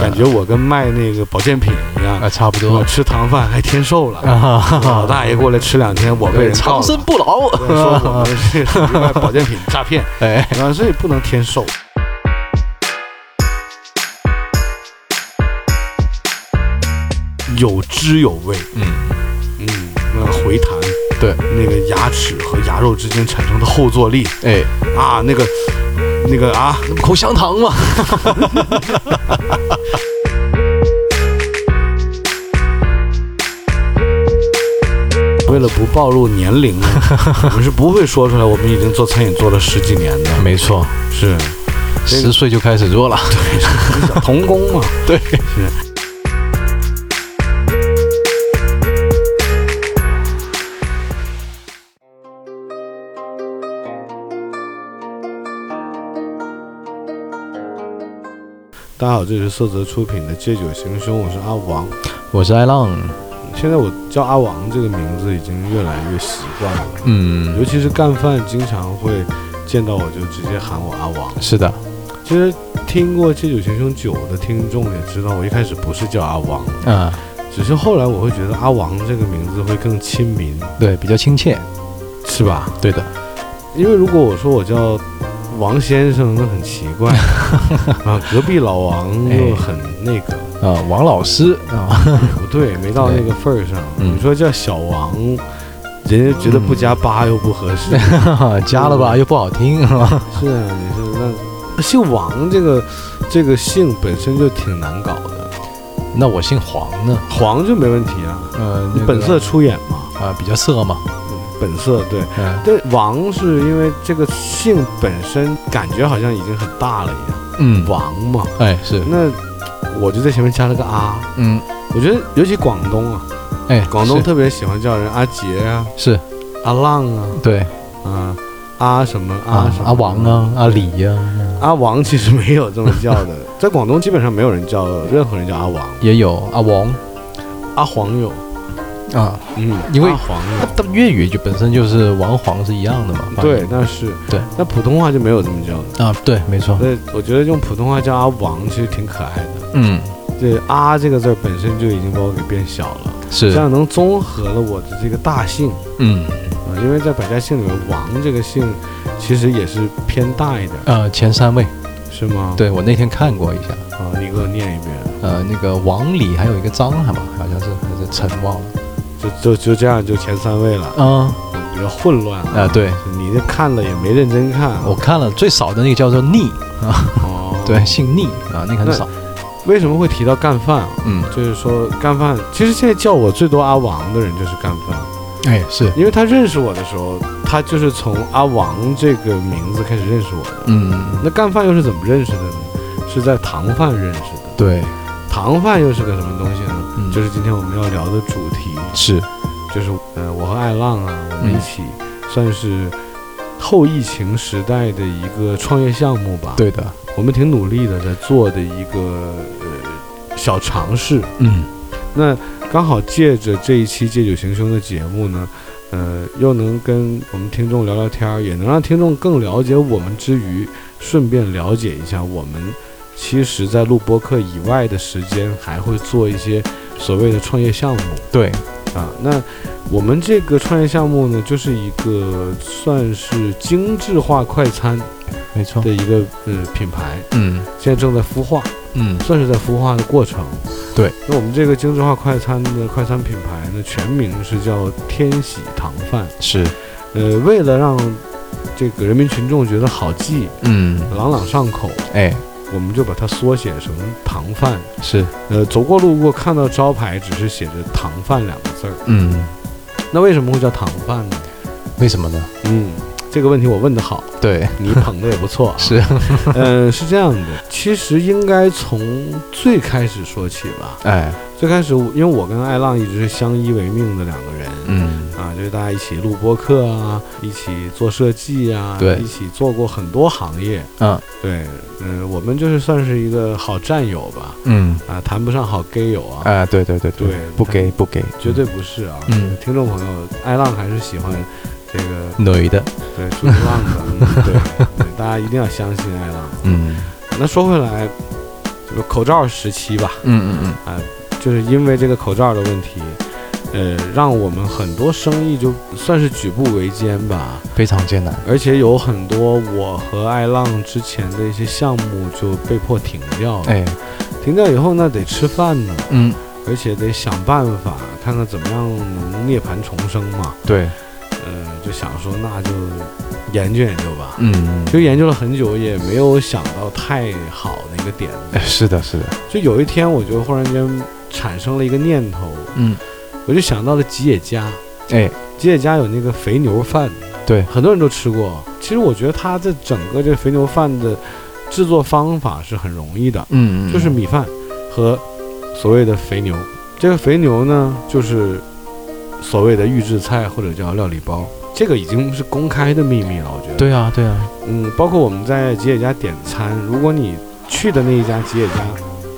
感觉我跟卖那个保健品一样嗯啊，差不我 多吃糖饭还添寿了，老啊，大爷过来吃两天，我被 人告长了，生不老。说我们是属于卖保健品诈骗 哎，啊，所以不能添寿。有滋有味，嗯，嗯，那回弹，对，那个牙齿和牙肉之间产生的后坐力哎，啊，那个，那个啊，那不口香糖吗？为了不暴露年 龄呢，我们是不会说出来我们已经做餐饮做了十几年的，没错， 是这个十岁就开始做了。童工嘛。对，大家好，这里是色泽出品的《借酒行凶》，我是阿王。我是艾浪，现在我叫阿王这个名字已经越来越习惯了，尤嗯，其是干饭，经常会见到我就直接喊我阿王。是的，其实听过《借酒行凶九》的听众也知道，我一开始不是叫阿王，啊，只是后来我会觉得阿王这个名字会更亲民，对，比较亲切，是吧？对的，因为如果我说我叫王先生，那很奇怪啊，隔壁老王又很那个，啊，王老师 啊，不对，没到那个份儿上。嗯你说叫小王，人家觉得不加八又不合适。加了吧，又不好听， 是吧？是啊，你说那姓王这个这个姓本身就挺难搞的，那我姓黄呢，黄就没问题啊，呃，你那个本色出演嘛，啊，比较色嘛，本色对。嗯对，王是因为这个姓本身感觉好像已经很大了一样，嗯，王嘛。哎是，那我就在前面加了个啊，嗯，我觉得尤其广东啊，哎，广东是特别喜欢叫人阿杰啊、是阿浪啊、对啊、阿什么啊阿什么阿王啊阿李呀、嗯阿王其实没有这么叫的，在广东基本上没有人叫任何人叫阿王，也有阿王阿黄有，啊，嗯，因为阿黄那有，它粤语就本身就是王黄是一样的嘛，发音对，那是对，那普通话就没有这么叫的。啊对没错，所以我觉得用普通话叫阿王其实挺可爱的。嗯这“阿”这个字儿本身就已经把我给变小了，这是样能综合了我的这个大姓嗯啊、因为在百家姓里面，王这个姓其实也是偏大一点，呃前三位，是吗？对我那天看过一下，啊，你给我念一遍，呃那个王李还有一个张还吧，好像是还是陈忘了，就就就这样就前三位了，嗯嗯比较混乱啊、对你这看了也没认真看，我看了最少的那个叫做逆，哦，对姓逆啊那个很那少，为什么会提到干饭？啊嗯就是说干饭，其实现在叫我最多阿王的人就是干饭，哎是因为他认识我的时候，他就是从阿王这个名字开始认识我的。嗯那干饭又是怎么认识的呢？是在糖饭认识的。对糖饭又是个什么东西呢？嗯就是今天我们要聊的主题，是就是呃，我和艾浪啊，我们嗯一起算是后疫情时代的一个创业项目吧。对的我们挺努力的在做的一个呃小尝试。嗯。那刚好借着这一期《借酒行凶》的节目呢，呃，又能跟我们听众聊聊天儿，也能让听众更了解我们之余，顺便了解一下我们其实在录播课以外的时间还会做一些所谓的创业项目。对，啊，那我们这个创业项目呢，就是一个算是精致化快餐没错的。一个呃品牌，嗯现在正在孵化，嗯算是在孵化的过程。对，那我们这个精致化快餐的快餐品牌呢，全名是叫天喜堂饭。是，呃，为了让这个人民群众觉得好记、嗯朗朗上口，哎我们就把它缩写成堂饭。是，呃，走过路过看到招牌，只是写着“堂饭”两个字儿。嗯，那为什么会叫堂饭呢？为什么呢？嗯，这个问题我问得好，对，你捧的也不错、啊。 是，呃，是这样的，其实应该从最开始说起吧。哎最开始我，因为我跟艾浪一直是相依为命的两个人，嗯啊，就是大家一起录播客啊，一起做设计啊，对一起做过很多行业，嗯对，嗯、我们就是算是一个好战友吧，嗯，啊，谈不上好 gay 友啊，哎，对对对对不给不给，绝对不是啊，嗯听众朋友，爱浪还是喜欢这个女的，对出去浪的，嗯对对，大家一定要相信爱浪。嗯那说回来，这个口罩时期吧，嗯嗯就是因为这个口罩的问题，呃，让我们很多生意就算是举步维艰吧。嗯，非常艰难，而且有很多我和爱浪之前的一些项目就被迫停掉了。哎，停掉以后呢，得吃饭呢，嗯，而且得想办法看看怎么样能涅槃重生嘛。对，呃，就想说那就研究研究吧。嗯，就研究了很久，也没有想到太好的一个点子。哎是的，是的，就有一天，我就忽然间产生了一个念头，嗯，我就想到了吉野家。哎，吉野家有那个肥牛饭，对很多人都吃过。其实我觉得它这整个这肥牛饭的制作方法是很容易的，嗯就是米饭和所谓的肥牛。这个肥牛呢，就是所谓的预制菜或者叫料理包，这个已经是公开的秘密了。我觉得，对啊，对啊，嗯，包括我们在吉野家点餐，如果你去的那一家吉野家，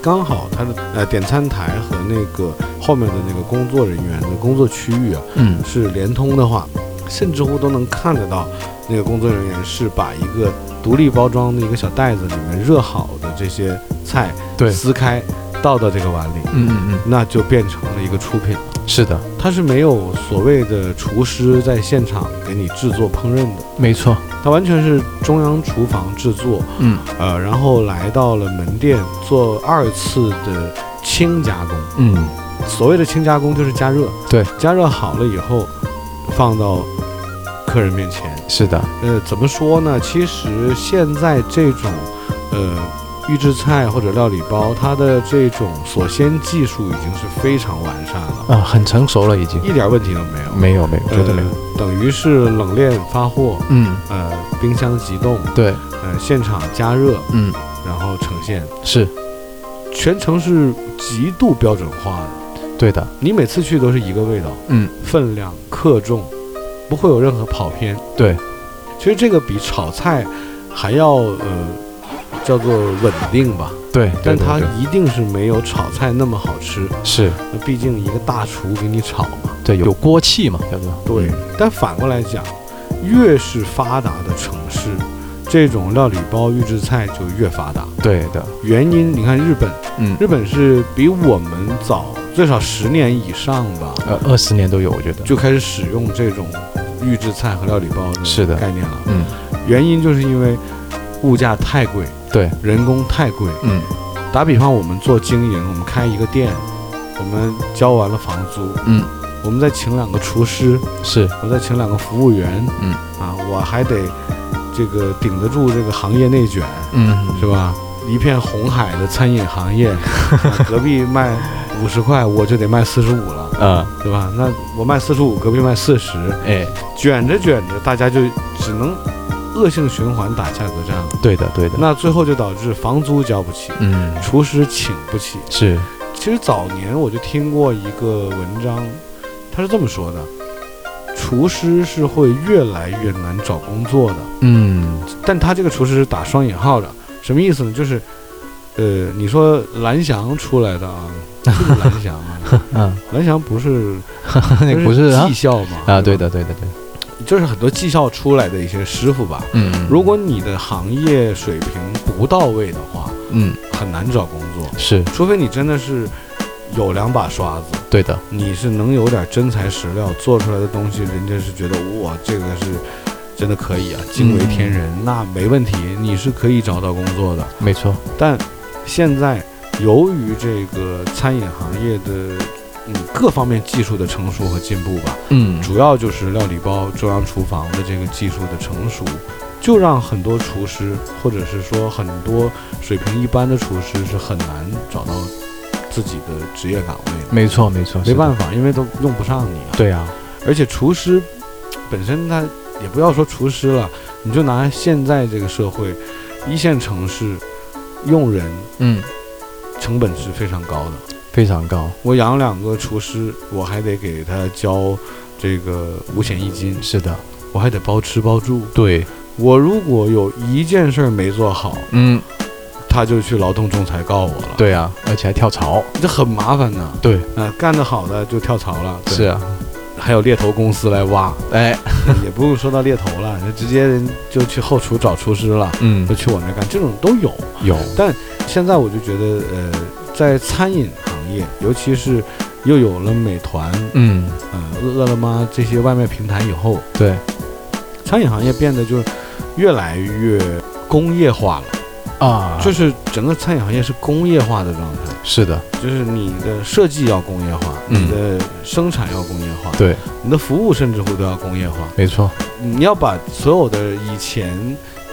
刚好它的呃点餐台和那个后面的那个工作人员的工作区域啊嗯，是连通的话，甚至乎都能看得到那个工作人员是把一个独立包装的一个小袋子里面热好的这些菜对，撕开倒到这个碗里，嗯嗯那就变成了一个出品。嗯，是的，它是没有所谓的厨师在现场给你制作烹饪的，没错，它完全是中央厨房制作。嗯呃，然后来到了门店做二次的轻加工。嗯，所谓的轻加工就是加热，对，加热好了以后放到客人面前。是的，呃，怎么说呢？其实现在这种呃预制菜或者料理包，它的这种锁鲜技术已经是非常完善了，啊，很成熟了已经，一点问题都没有。没有没有，绝对没有，呃，等于是冷链发货，嗯，呃，冰箱急冻，对，呃，现场加热，嗯，然后呈现。是全程是极度标准化的，对的，你每次去都是一个味道，嗯，分量克重，不会有任何跑偏。对，其实这个比炒菜还要呃叫做稳定吧，对，对但对它对一定是没有炒菜那么好吃，是那毕竟一个大厨给你炒嘛。对有有锅气嘛，叫做，嗯对，但反过来讲，越是发达的城市，这种料理包预制菜就越发达。对的，原因你看日本。嗯，日本是比我们早最少十年以上吧，呃，二十年都有，我觉得，就开始使用这种预制菜和料理包是的的概念了。嗯原因就是因为物价太贵，对，人工太贵。嗯打比方，我们做经营，我们开一个店，我们交完了房租，嗯，我们再请两个厨师，是，我再请两个服务员，嗯啊，我还得这个顶得住这个行业内卷，嗯是吧？一片红海的餐饮行 业，啊隔壁卖五十块，我就得卖四十五了，啊，对吧？那我卖四十五，隔壁卖四十，哎，卷着卷着，大家就只能恶性循环打价格战了。对的对的，那最后就导致房租交不起，嗯厨师请不起。是，其实早年我就听过一个文章，他是这么说的：厨师是会越来越难找工作的。嗯但他这个厨师是打双引号的，什么意思呢？就是，呃，你说蓝翔出来的啊，是不是蓝翔 啊？嗯，蓝翔不 是那个不是啊技校吗？啊，对，的对的对，就是很多技校出来的一些师傅吧。嗯，如果你的行业水平不到位的话，嗯很难找工作，是除非你真的是有两把刷子，对的，你是能有点真材实料，做出来的东西，人家是觉得哇，这个是真的可以啊，惊为天人，那没问题，你是可以找到工作的。没错，但现在由于这个餐饮行业的嗯各方面技术的成熟和进步吧，嗯主要就是料理包、中央厨房的这个技术的成熟，就让很多厨师或者是说很多水平一般的厨师是很难找到自己的职业岗位的。没错没错，没法，办法，因为都用不上你啊。对啊，而且厨师本身他也不要说厨师了，你就拿现在这个社会，一线城市用人嗯，成本是非常高的。非常高，我养两个厨师，我还得给他交这个五险一金，是的，我还得包吃包住。对，我如果有一件事儿没做好，嗯，他就去劳动仲裁告我了，，对啊，而且还跳槽，这很麻烦的。对，呃，干得好的就跳槽了，对是，啊，还有猎头公司来挖， 哎，也不用说到猎头了，就直接人就去后厨找厨师了，嗯就，去我那儿干，这种都有。有，现在我就觉得，呃，在餐饮行业，尤其是又有了美团、嗯，呃饿了么这些外卖平台以后，对，餐饮行业变得就越来越工业化了，啊，就是整个餐饮行业是工业化的状态。是的，就是你的设计要工业化，嗯你的生产要工业化，对，你的服务甚至乎都要工业化。没错，你要把所有的以前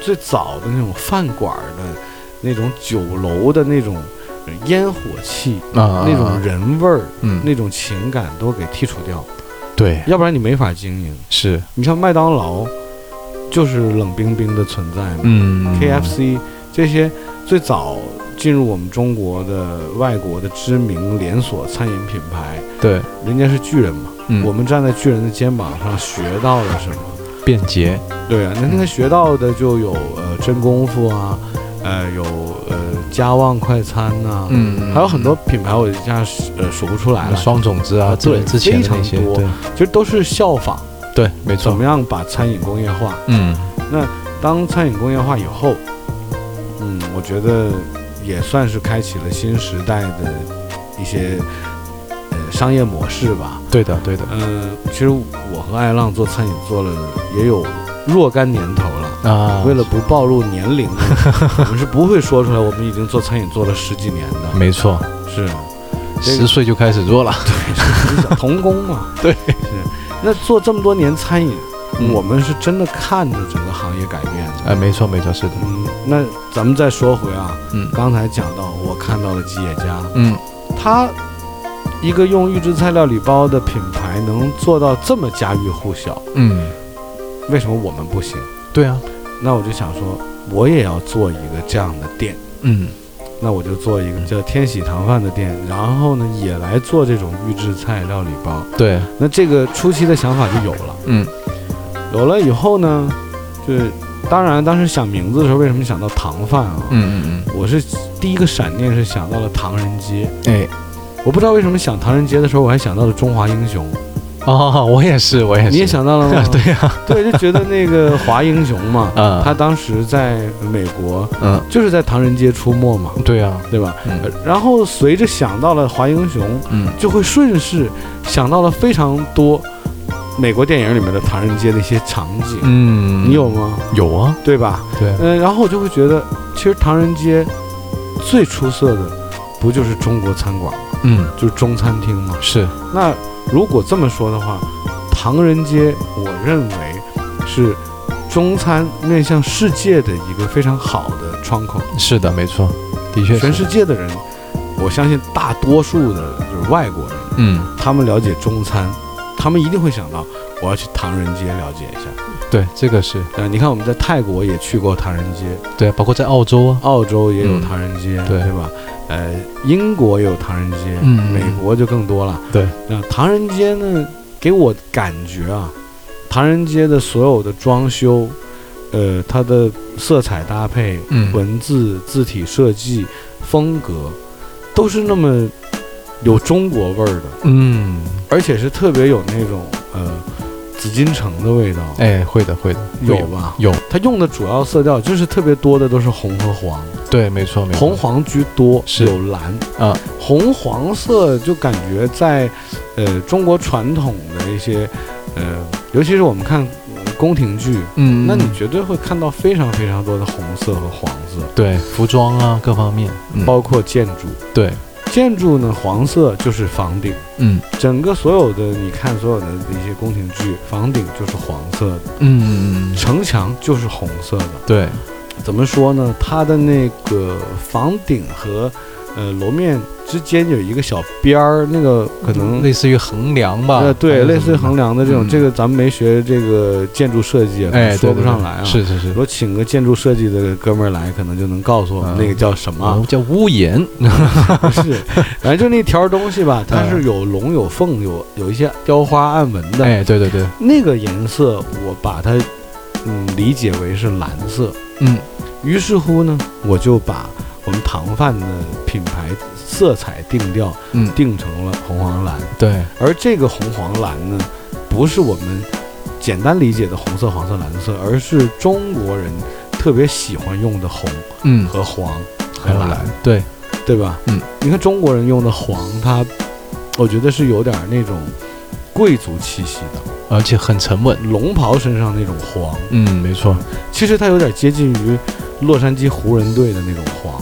最早的那种饭馆儿的那种酒楼的那种呃烟火气、啊，那种，人味儿、嗯，那种情感都给剔除掉，对，要不然你没法经营。是，你看麦当劳就是冷冰冰的存在嘛、嗯 k f c 这些最早进入我们中国的外国的知名连锁餐饮品牌，对，人家是巨人嘛，嗯，我们站在巨人的肩膀上学到了什么？便捷，对啊，那那嗯个学到的就有呃真功夫啊，呃有呃家旺快餐呐、嗯还有很多品牌我一下呃数不出来了，双种子啊，啊对之之前的那些非常，多对，其实都是效仿对，没怎错么，样把餐饮工业化。嗯，当餐饮工业化以后，嗯，我觉得也算是开启了新时代的一些呃商业模式吧。对的，对的，嗯，其实我和艾浪做餐饮做了也有若干年头了。啊，为了不暴露年龄，我们是不会说出来我们已经做餐饮做了十几年 的。没错，是，这个十岁就开始做了，你想童工嘛？ 对是。那做这么多年餐饮，嗯我们是真的看着整个行业改变的。哎，没错，没错，是的，嗯，那咱们再说回啊，嗯刚才讲到我看到的吉野家，嗯，它一个用预制菜料理包的品牌能做到这么家喻户晓，嗯，为什么我们不行？对啊，那我就想说，我也要做一个这样的店。嗯，那我就做一个叫天喜堂饭的店，然后呢也来做这种预制菜料理包。对，那这个初期的想法就有了，嗯，有了以后呢，就是当然当时想名字的时候，为什么想到糖饭啊？嗯嗯我是第一个闪念是想到了唐人街，嗯，哎，我不知道为什么想唐人街的时候，我还想到了中华英雄，哦，我也是，我也 是，你也想到了吗？ 对啊呀，对，就觉得那个华英雄 嘛，啊，他当时在美国嗯，就是在唐人街出没嘛，对啊，对吧？嗯然后随着想到了华英雄，嗯，就会顺势想到了非常多美国电影里面的唐人街的一些场景，嗯，你有吗？有啊，对吧？对，嗯、然后我就会觉得，其实唐人街最出色的不就是中国餐馆，嗯，就是中餐厅吗？是，那如果这么说的话，唐人街我认为是中餐面向世界的一个非常好的窗口，是的，没错，的确，全世，界的人，我相信大多数的就是外国人。嗯，他们了解中餐，他们一定会想到我要去唐人街了解一下。对，这个是呃，你看我们在泰国也去过唐人街，对，包括在澳洲啊，澳洲也有嗯唐人街，对吧？呃，英国也有唐人街，嗯美国就更多了。对，那唐人街呢，给我感觉啊，唐人街的所有的装修，呃，它的色彩搭配、嗯，文字、字体设计、风格，都是那么有中国味儿的。嗯，而且是特别有那种呃紫禁城的味道，哎，会的，会的，有吧？有，它用的主要色调就是特别多的都是红和黄，对，没错，没错，红黄居多，是有蓝啊，红黄色就感觉在呃中国传统的一些呃，尤其是我们看呃宫廷剧，嗯，那你嗯绝对会看到非常非常多的红色和黄色，对服装啊各方面，嗯包括建筑，对，建筑呢黄色就是房顶。嗯整个所有的你看所有的一些宫廷剧，房顶就是黄色的，嗯嗯，嗯城墙就是红色的。对，怎么说呢？它的那个房顶和呃楼面之间有一个小边儿，那个可能类似于衡量呃吧，还对，是类什似么衡量的这种，嗯这个咱们没学这个建筑设计，哎，对说不对上对来啊。是是是，我请个建筑设计的哥们儿来，可能就能告诉我们嗯那个叫什啊么，，叫屋檐，不是，反正就那条东西吧，它是有龙有凤，有有一些雕花暗纹的。嗯哎，对对对，那个颜色，我把它嗯理解为是蓝色。嗯，于是乎呢，我就把我们糖饭的品牌色彩定调，嗯定成了红黄蓝。对，而这个红黄蓝呢，不是我们简单理解的红色、黄色、蓝色，而是中国人特别喜欢用的红嗯，和黄和很蓝，蓝，对，对吧？嗯，你看中国人用的黄，它我觉得是有点那种贵族气息的，而且很沉稳，龙袍身上那种黄，嗯，没错，其实它有点接近于洛杉矶湖人队的那种黄，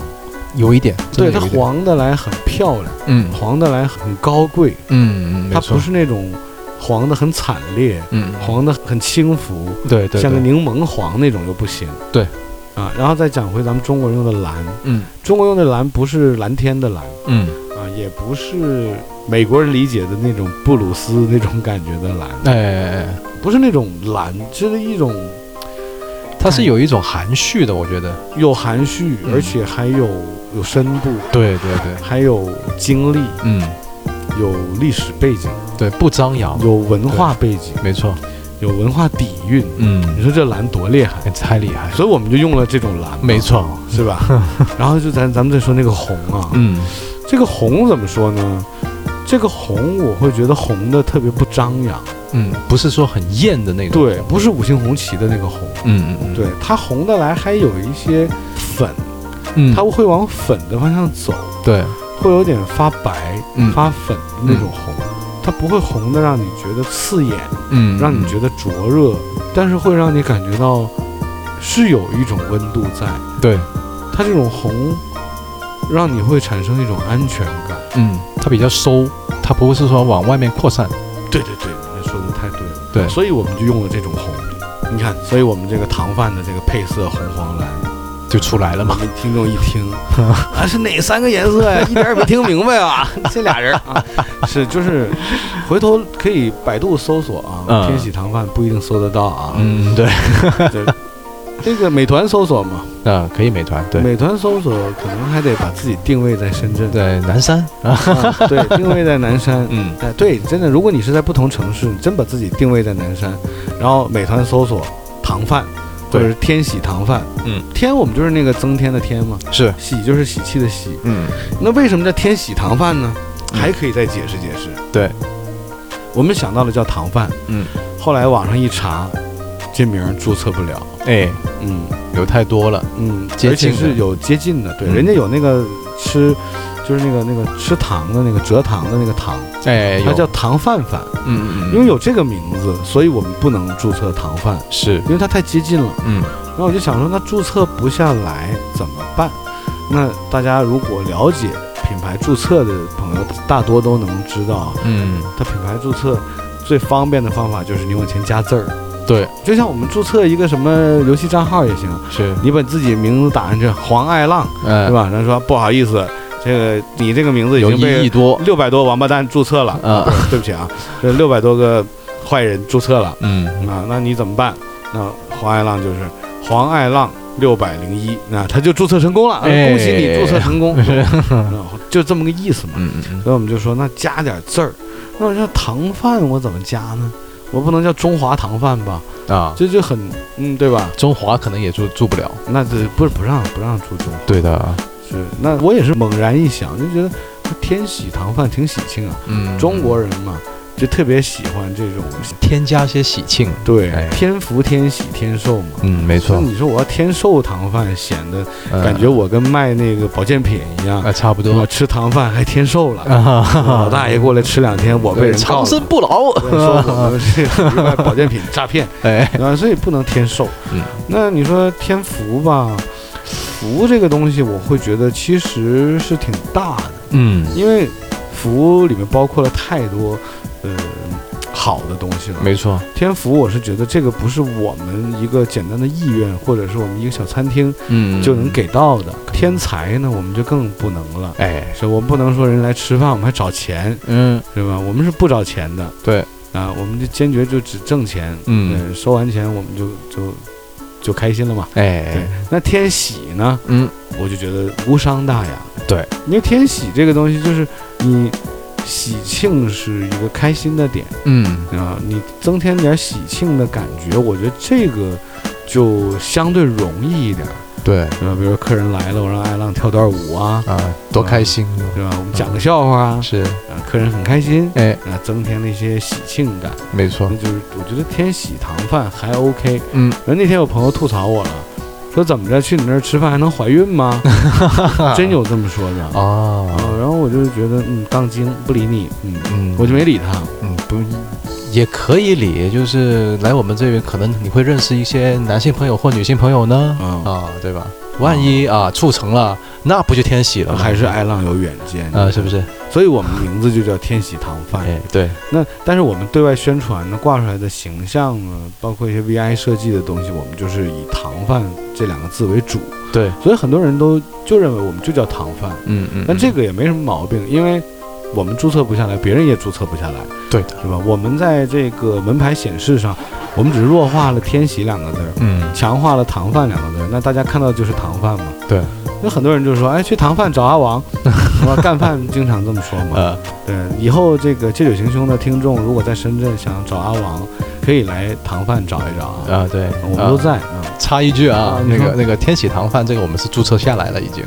有一点，真对，的它有一点，黄的来很漂亮，嗯黄的来很高贵，嗯嗯，没它错不，是那种黄的很惨烈。嗯，，黄的很轻浮，对对，像个对柠檬黄那种又不行。对，啊，然后再讲回咱们中国人用的蓝，嗯中国用的蓝不是蓝天的蓝嗯，啊，也不是美国人理解的那种布鲁斯那种感觉的蓝，哎哎，哎不是那种蓝，就是一种它是有一种含蓄的，我觉得，有含蓄，嗯而且还有有深度，对对对，还有经历，嗯，有历史背景，对，不张扬，有文化背景，没错，有文化底蕴。你嗯，说这蓝多厉害！太厉害了，所以我们就用了这种蓝嘛，没错，是 吧？然后就咱咱们再说那个红啊，嗯这个红怎么说呢？这个红我会觉得红的特别不张扬，嗯，不是说很艳的那种，对，不是五星红旗的那个红，嗯嗯嗯，对，它红的来还有一些粉，嗯，它会往粉的方向走，对，会有点发白、嗯发粉的那种红，它不会红的让你觉得刺眼，嗯，让你觉得灼热，但是会让你感觉到是有一种温度在，得对，它这种红让你会产生一种安全感。嗯，它比较收，它不是说往外面扩散，对对对，你说的太对了。对所以我们就用了这种红。你看，所以我们这个糖饭的这个配色红黄蓝，就出来了我嘛。们听众一听，啊是哪三个颜色 呀？一点儿也没听明白啊！ 这俩 人啊，是就是，回头可以百度搜索啊，嗯天喜糖饭不一定搜得到啊。 嗯，对，对，这个美团搜索嘛，啊，可以美团，对，美团搜索可能还得把自己定位在深圳，对，南山啊，啊对，定位在南山，嗯，哎，对，真的，如果你是在不同城市，你真把自己定位在南山，然后美团搜索“糖饭”或对者是“天喜糖饭”，嗯，天我们就是那个增添的天嘛，是，喜就是喜气的喜。嗯，那为什么叫天喜糖饭呢？嗯还可以再解释解释。对，我们想到了叫糖饭，嗯，后来网上一查，这名儿注册不了，哎，嗯有太多了，嗯，接而且近的是有接近的，对，嗯人家有那个吃，就是那个那个吃糖的那个折糖的那个糖，哎，它有叫，糖饭饭。嗯嗯因为嗯，有这个名字，所以我们不能注册糖贩，是，因为它太接近了。嗯然后我就想说，那注册不下来怎么办？那大家如果了解品牌注册的朋友，大多都能知道啊，嗯，它品牌注册最方便的方法就是你往前加字儿。对，就像我们注册一个什么游戏账号也行，是，你把自己名字打上去，黄爱浪，嗯，对？吧？然后说不好意思，这个你这个名字已有经一被亿多，六百多王八蛋注册了，啊，对不起啊，这六百多个坏人注册了。嗯，啊，那你怎么办？那黄爱浪就是黄爱浪六百零一，那他就注册成功了，啊哎恭喜你注册成功， 啊就这么个意思嘛。嗯嗯嗯，所以我们就说，那加点字儿。那我说糖饭我怎么加呢？我不能叫中华糖饭吧？啊，这就很嗯，对吧？中华可能也住住不了，那这不是不让不让注中华对的，是那我也是猛然一想，就觉得哎天喜糖饭挺喜庆啊，嗯，中国人嘛就特别喜欢这种添加些喜庆，对哎天福天喜天寿嘛。嗯，没那错，你说我要添寿堂饭，显得嗯感觉我跟卖那个保健品一样，啊，差不我多，吃堂饭还添寿了。老老大爷过来吃两天，我被人告嗯长了生不老，对说我们是卖保健品诈 骗哎，啊，所以不能添寿嗯。那你说添福吧，福这个东西，我会觉得其实是挺大的，嗯，因为福里面包括了太多，呃，好的东西了。没错，天福，我是觉得这个不是我们一个简单的意愿，或者是我们一个小餐厅嗯就能，给到的。天才呢，我们就更不能了。哎，是我们不能说人来吃饭，我们还找钱，嗯，是吧？我们是不找钱的对，啊，我们就坚决就只挣钱。嗯，对，收完钱我们就就就开心了嘛。对哎，，那天喜呢，嗯，我就觉得无伤大雅。对，因为天喜这个东西就是你喜庆是一个开心的点。嗯，啊，你增添点喜庆的感觉，我觉得这个就相对容易一点，对，对吧？比如说客人来了，我让艾浪跳段舞啊，啊，多开心啊，对吧？我们讲个笑话啊，是，啊，客人很开心，哎，啊，增添了一些喜庆感，没那错，就是我觉得天喜堂饭还 OK。嗯，然后那天有朋友吐槽我了，说怎么着去你那儿吃饭还能怀孕 吗？真有这么说的啊。啊，然后我就觉得，嗯，杠精不理你，嗯，嗯，我就没理他。嗯，不，也可以理，就是来我们这边，可能你会认识一些男性朋友或女性朋友呢，嗯啊，对吧？万一啊促成了，那不就天喜了吗？还是艾浪有远见啊，是不？是？所以我们名字就叫天喜堂饭。哎，对，那但是我们对外宣传呢，挂出来的形象呢，包括一些 VI 设计的东西，我们就是以堂饭这两个字为主，对，所以很多人都就认为我们就叫堂饭。嗯嗯，但这嗯个也没什么毛病，因为我们注册不下来，别人也注册不下来，对的，是吧？我们在这个门牌显示上，我们只是弱化了“天喜”两个字儿，嗯，强化了“堂饭”两个字儿，那大家看到就是堂饭嘛。对，那很多人就说，哎，去堂饭找阿 王，是吧？干饭经常这么说嘛。呃，对，以后这个《借酒行凶》的听众，如果在深圳想找阿王，可以来糖饭找一找啊，啊，对，我们都啊在啊。插一句啊啊，你那说个那个天喜堂饭这个我们是注册下来了，已经，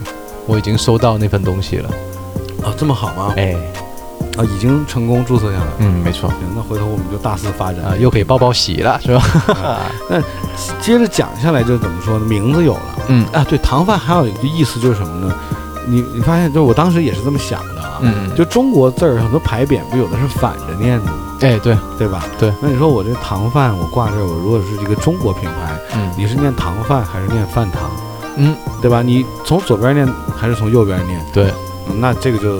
我已经收到那份东西了。啊，这么好吗？哎，啊，已经成功注册下来了。嗯，没错，行，那回头我们就大肆发展啊，又可以报报喜了，是吧？啊接着讲下来，就怎么说呢？名字有了嗯啊，对，糖饭还有一个意思就是什么呢？你你发现，就是我当时也是这么想的啊。嗯，就中国字儿很多牌匾，不有的是反着念的，哎，对，对吧？对。那你说我这糖饭，我挂这儿，我如果是一个中国品牌，嗯你是念糖饭还是念饭堂？嗯，对吧？你从左边念还是从右边念？对嗯那这个就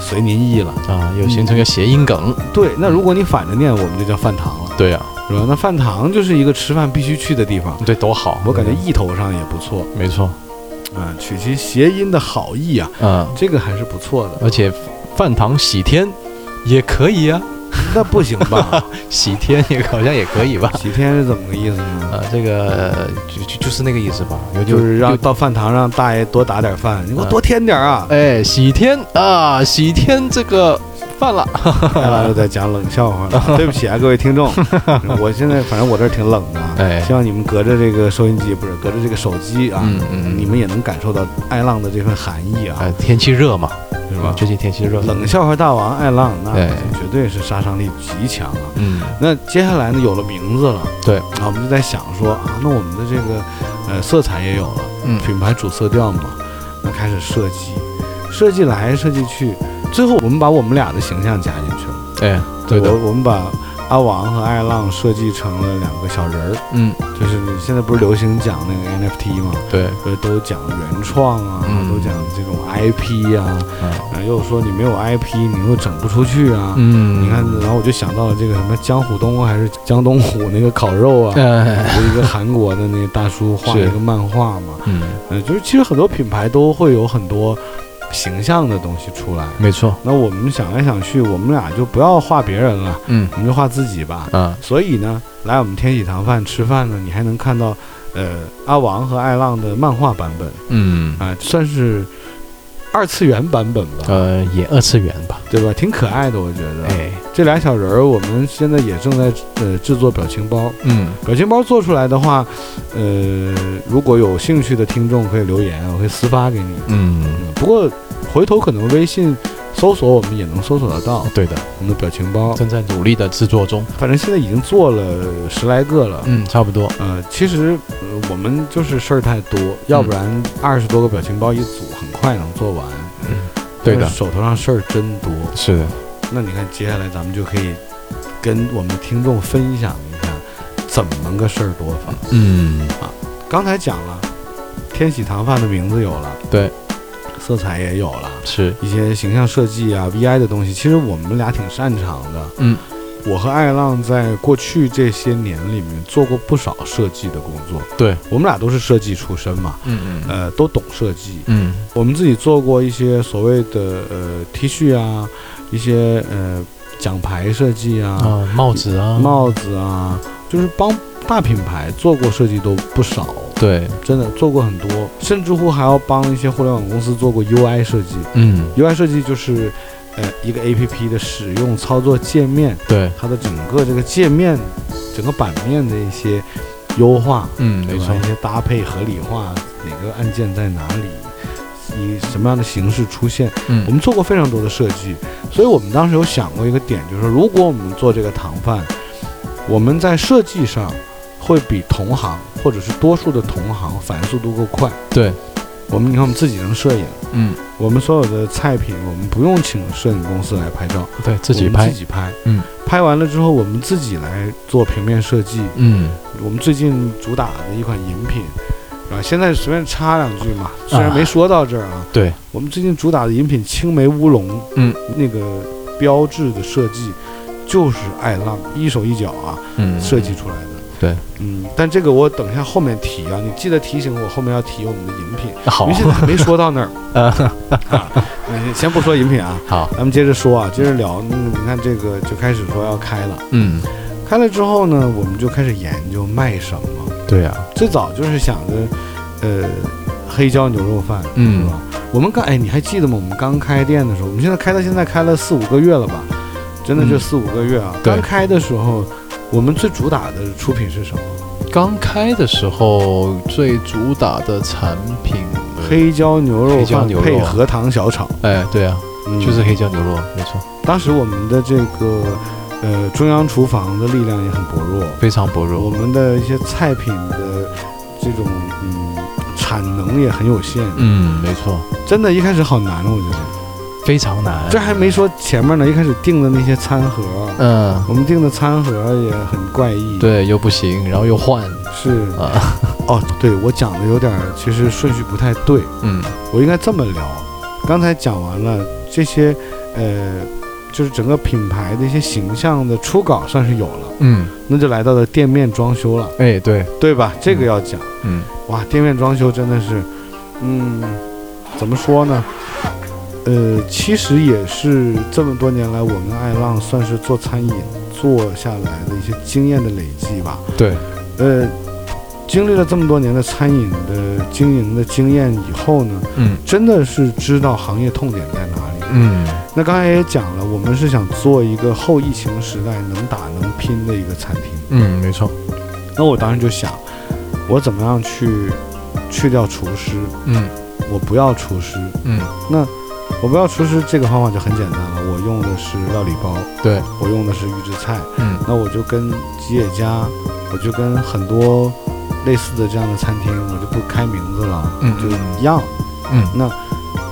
随您意了。啊，又形成一个谐音梗。对，那如果你反着念，我们就叫饭堂了，对呀，啊是吧？那饭堂就是一个吃饭必须去的地方，对，多好，嗯我感觉意头上也不错，没错，啊、取其谐音的好意啊，嗯，这个还是不错的。 而且饭堂喜天也可以啊，那不行吧？ 喜天也好像也可以吧？喜天是怎么个意思呢？ 啊，这个呃就就就是那个意思吧，有呃就是让到饭堂让大爷多打点饭，你给我多添点啊！哎喜天啊，喜天这个饭了，艾拉又在讲冷笑话 了，对不起啊，各位听众，我现在反正我这儿挺冷的啊，哎希望你们隔着这个收音机不是隔着这个手机啊，嗯嗯嗯你们也能感受到艾浪的这份寒意啊，呃，天气热嘛，是吧？最近天气热，冷笑话大王艾浪，那哎绝对是杀伤力极强啊。嗯，那接下来呢，有了名字了，对啊，我们就在想说啊，那我们的这个呃色彩也有了，嗯品牌主色调嘛，那开始设计，设计来设计去，最后我们把我们俩的形象加进去了。哎，对的，我我们把阿王和艾浪设计成了两个小人儿，嗯，就是你现在不是流行讲那个 NFT 嘛，对，呃，都讲原创啊，嗯都讲这种 IP 啊，然后又说你没有 IP，你又整不出去啊。嗯，你看，然后我就想到了这个什么江虎东还是江东虎那个烤肉啊，哎，有一个韩国的那大叔画了 是一个漫画嘛，嗯，呃，就是其实很多品牌都会有很多形象的东西出来。没错，那我们想来想去，我们俩就不要画别人了，嗯我们就画自己吧。啊，所以呢，来我们天喜堂饭吃饭呢，你还能看到，呃，阿王和艾浪的漫画版本嗯，啊、算是二次元版本吧，呃，也二次元吧，对吧？挺可爱的，我觉得。哎，这俩小人儿，我们现在也正在呃制作表情包。嗯，表情包做出来的话，呃，如果有兴趣的听众可以留言，我会私发给你。嗯，嗯不过回头可能微信搜索我们也能搜索得到哦对的，我们的表情包。正在努力的制作中，反正现在已经做了十来个了。嗯，差不多，呃，其实、呃、我们就是事儿太多，嗯要不然二十多个表情包一组，很快能做完。对的但是手头上事儿真多。嗯是的，那你看，接下来咱们就可以跟我们的听众分享一下，怎么个事儿多法。嗯，刚才讲了，天喜堂饭的名字有了，对，色彩也有了，是，一些形象设计啊、VI 的东西，其实我们俩挺擅长的。嗯，我和艾浪在过去这些年里面做过不少设计的工作，对，我们俩都是设计出身嘛，嗯嗯呃，都懂设计。嗯我们自己做过一些所谓的呃 T 恤啊，一些呃奖牌设计啊，啊，帽子啊，帽子啊，就是帮大品牌做过设计都不少，对，真的做过很多，甚至乎还要帮一些互联网公司做过 UI 设计。嗯 UI 设计就是，呃，一个 APP 的使用操作界面，对，它的整个这个界面、整个版面的一些优化，嗯对没吧？错一，些搭配合理化，哪个按键在哪里，以什么样的形式出现，我嗯们做过非常多的设计，所以我们当时有想过一个点，就是说，如果我们做这个糖饭，我们在设计上会比同行或者是多数的同行反应速度够快。对，我们你看，我们自己能摄影，嗯我们所有的菜品我们不用请摄影公司来拍照，对自己我们拍自，己拍。嗯，拍完了之后，我们自己来做平面设计。嗯我们最近主打的一款饮品，啊，现在随便插两句嘛，虽然啊没说到这儿啊，对，我们最近主打的饮品青梅乌龙，嗯，那个标志的设计就是爱浪一手一脚啊嗯设计，出来的。对，嗯，但这个我等一下后面提啊，你记得提醒我后面要提我们的饮品，好因为现在还没说到那 儿啊，啊。嗯先不说饮品啊，好，咱们接着说啊，接着聊。嗯，你看这个就开始说要开了，嗯，开了之后呢，我们就开始研究卖什么。对啊，最早就是想着，呃，黑椒牛肉饭，嗯是吧？我们刚哎，你还记得吗？我们刚开店的时候，我们现在开到现在开了四五个月了吧？真的就嗯四五个月啊！对刚开的时候，我们最主打的出品是什么？刚开的时候最主打的产品，黑椒牛肉黑椒饭牛肉配荷塘小炒，哎，对啊，嗯就是黑椒牛肉，没错，当时我们的这个呃中央厨房的力量也很薄弱，非常薄我弱，们的一些菜品的这种嗯产能也很有限，嗯，没错，真的一开始好难，我觉得。非常难，这还没说前面呢，一开始订的那些餐盒，嗯，我们订的餐盒也很怪异。，对，又不行，然后又换是啊，哦，对我讲的有点儿，其实顺序不太对，嗯我应该这么聊。刚才讲完了这些，呃，就是整个品牌的一些形象的初稿算是有了，嗯，那就来到了店面装修了，哎，对，对吧？这个要讲，嗯哇，店面装修真的是，嗯，怎么说呢？呃，其实也是这么多年来，我们爱浪算是做餐饮做下来的一些经验的累积吧。对，呃，经历了这么多年的餐饮的经营的经验以后呢，嗯真的是知道行业痛点在哪里。嗯，那刚才也讲了，我们是想做一个后疫情时代能打能拼的一个餐厅。嗯，没错，那我当时就想，我怎么样去去掉厨师？嗯我不要厨师，嗯，我不要厨师这个方法就很简单了，我用的是料理包，对，我用的是预制菜，嗯那我就跟吉野家，我就跟很多类似的这样的餐厅，我就不开名字了，嗯就一样，嗯，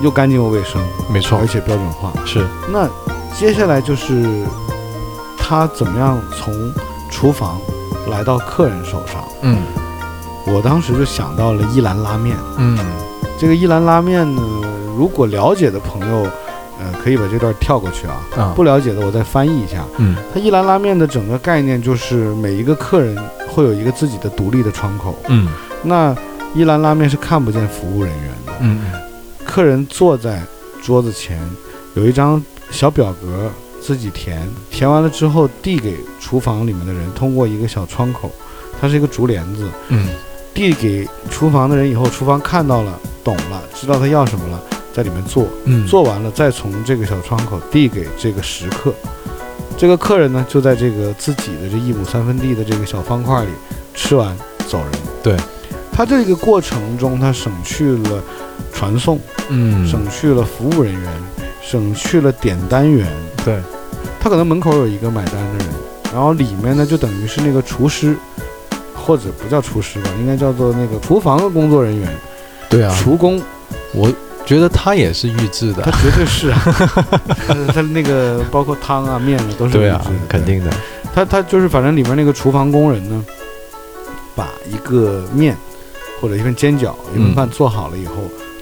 又干净又卫生，没错而，且标准化。是，那接下来就是他怎么样从厨房来到客人手上？嗯我当时就想到了一兰拉面。嗯这个一兰拉面呢，如果了解的朋友，呃，可以把这段跳过去啊。啊，不了解的，我再翻译一下。嗯它一兰拉面的整个概念就是每一个客人会有一个自己的独立的窗口。嗯那一兰拉面是看不见服务人员的，嗯客人坐在桌子前，有一张小表格自己填，填完了之后递给厨房里面的人，通过一个小窗口，它是一个竹帘子，嗯递给厨房的人以后，厨房看到了，懂了，知道他要什么了，在里面做。嗯，做完了再从这个小窗口递给这个食客。这个客人呢，就在这个自己的这一亩三分地的这个小方块里吃完走人。对，他这个过程中，他省去了传送，嗯省去了服务人员，省去了点单员。对，他可能门口有一个买单的人，然后里面呢就等于是那个厨师，或者不叫厨师吧，应该叫做那个厨房的工作人员，对啊，厨工。我觉得它也是预制他的，绝对是 啊，他他那个包括汤啊、面啊都是对预啊制的，肯。定的，他他就是反正里面那个厨房工人呢，把一个面或者一份煎饺、一份嗯饭做好了以后，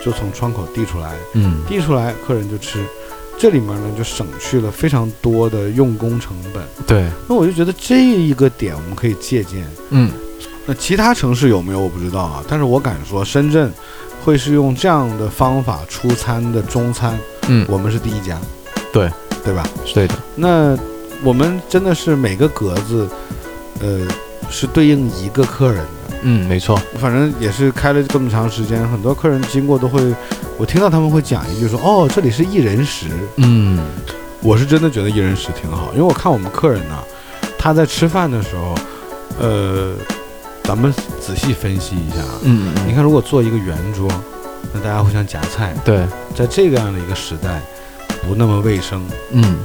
就从窗口递出来，嗯递出来客人就吃，这里面呢就省去了非常多的用工成本。对，那我就觉得这一个点我们可以借鉴。嗯，那其他城市有没有我不知道啊，但是我敢说深圳会是用这样的方法出餐的中餐，嗯我们是第一家，对对吧？是对的，那我们真的是每个格子，呃，是对应一个客人的。嗯，没错，反正也是开了这么长时间，很多客人经过都会，我听到他们会讲一句说：“哦，这里是一人食。嗯”我是真的觉得一人食挺好，因为我看我们客人呢、他在吃饭的时候，呃，咱们仔细分析一下啊。嗯嗯，你看，如果做一个圆桌，那大家互相夹菜，对，在这个样的一个时代，不那么卫生，嗯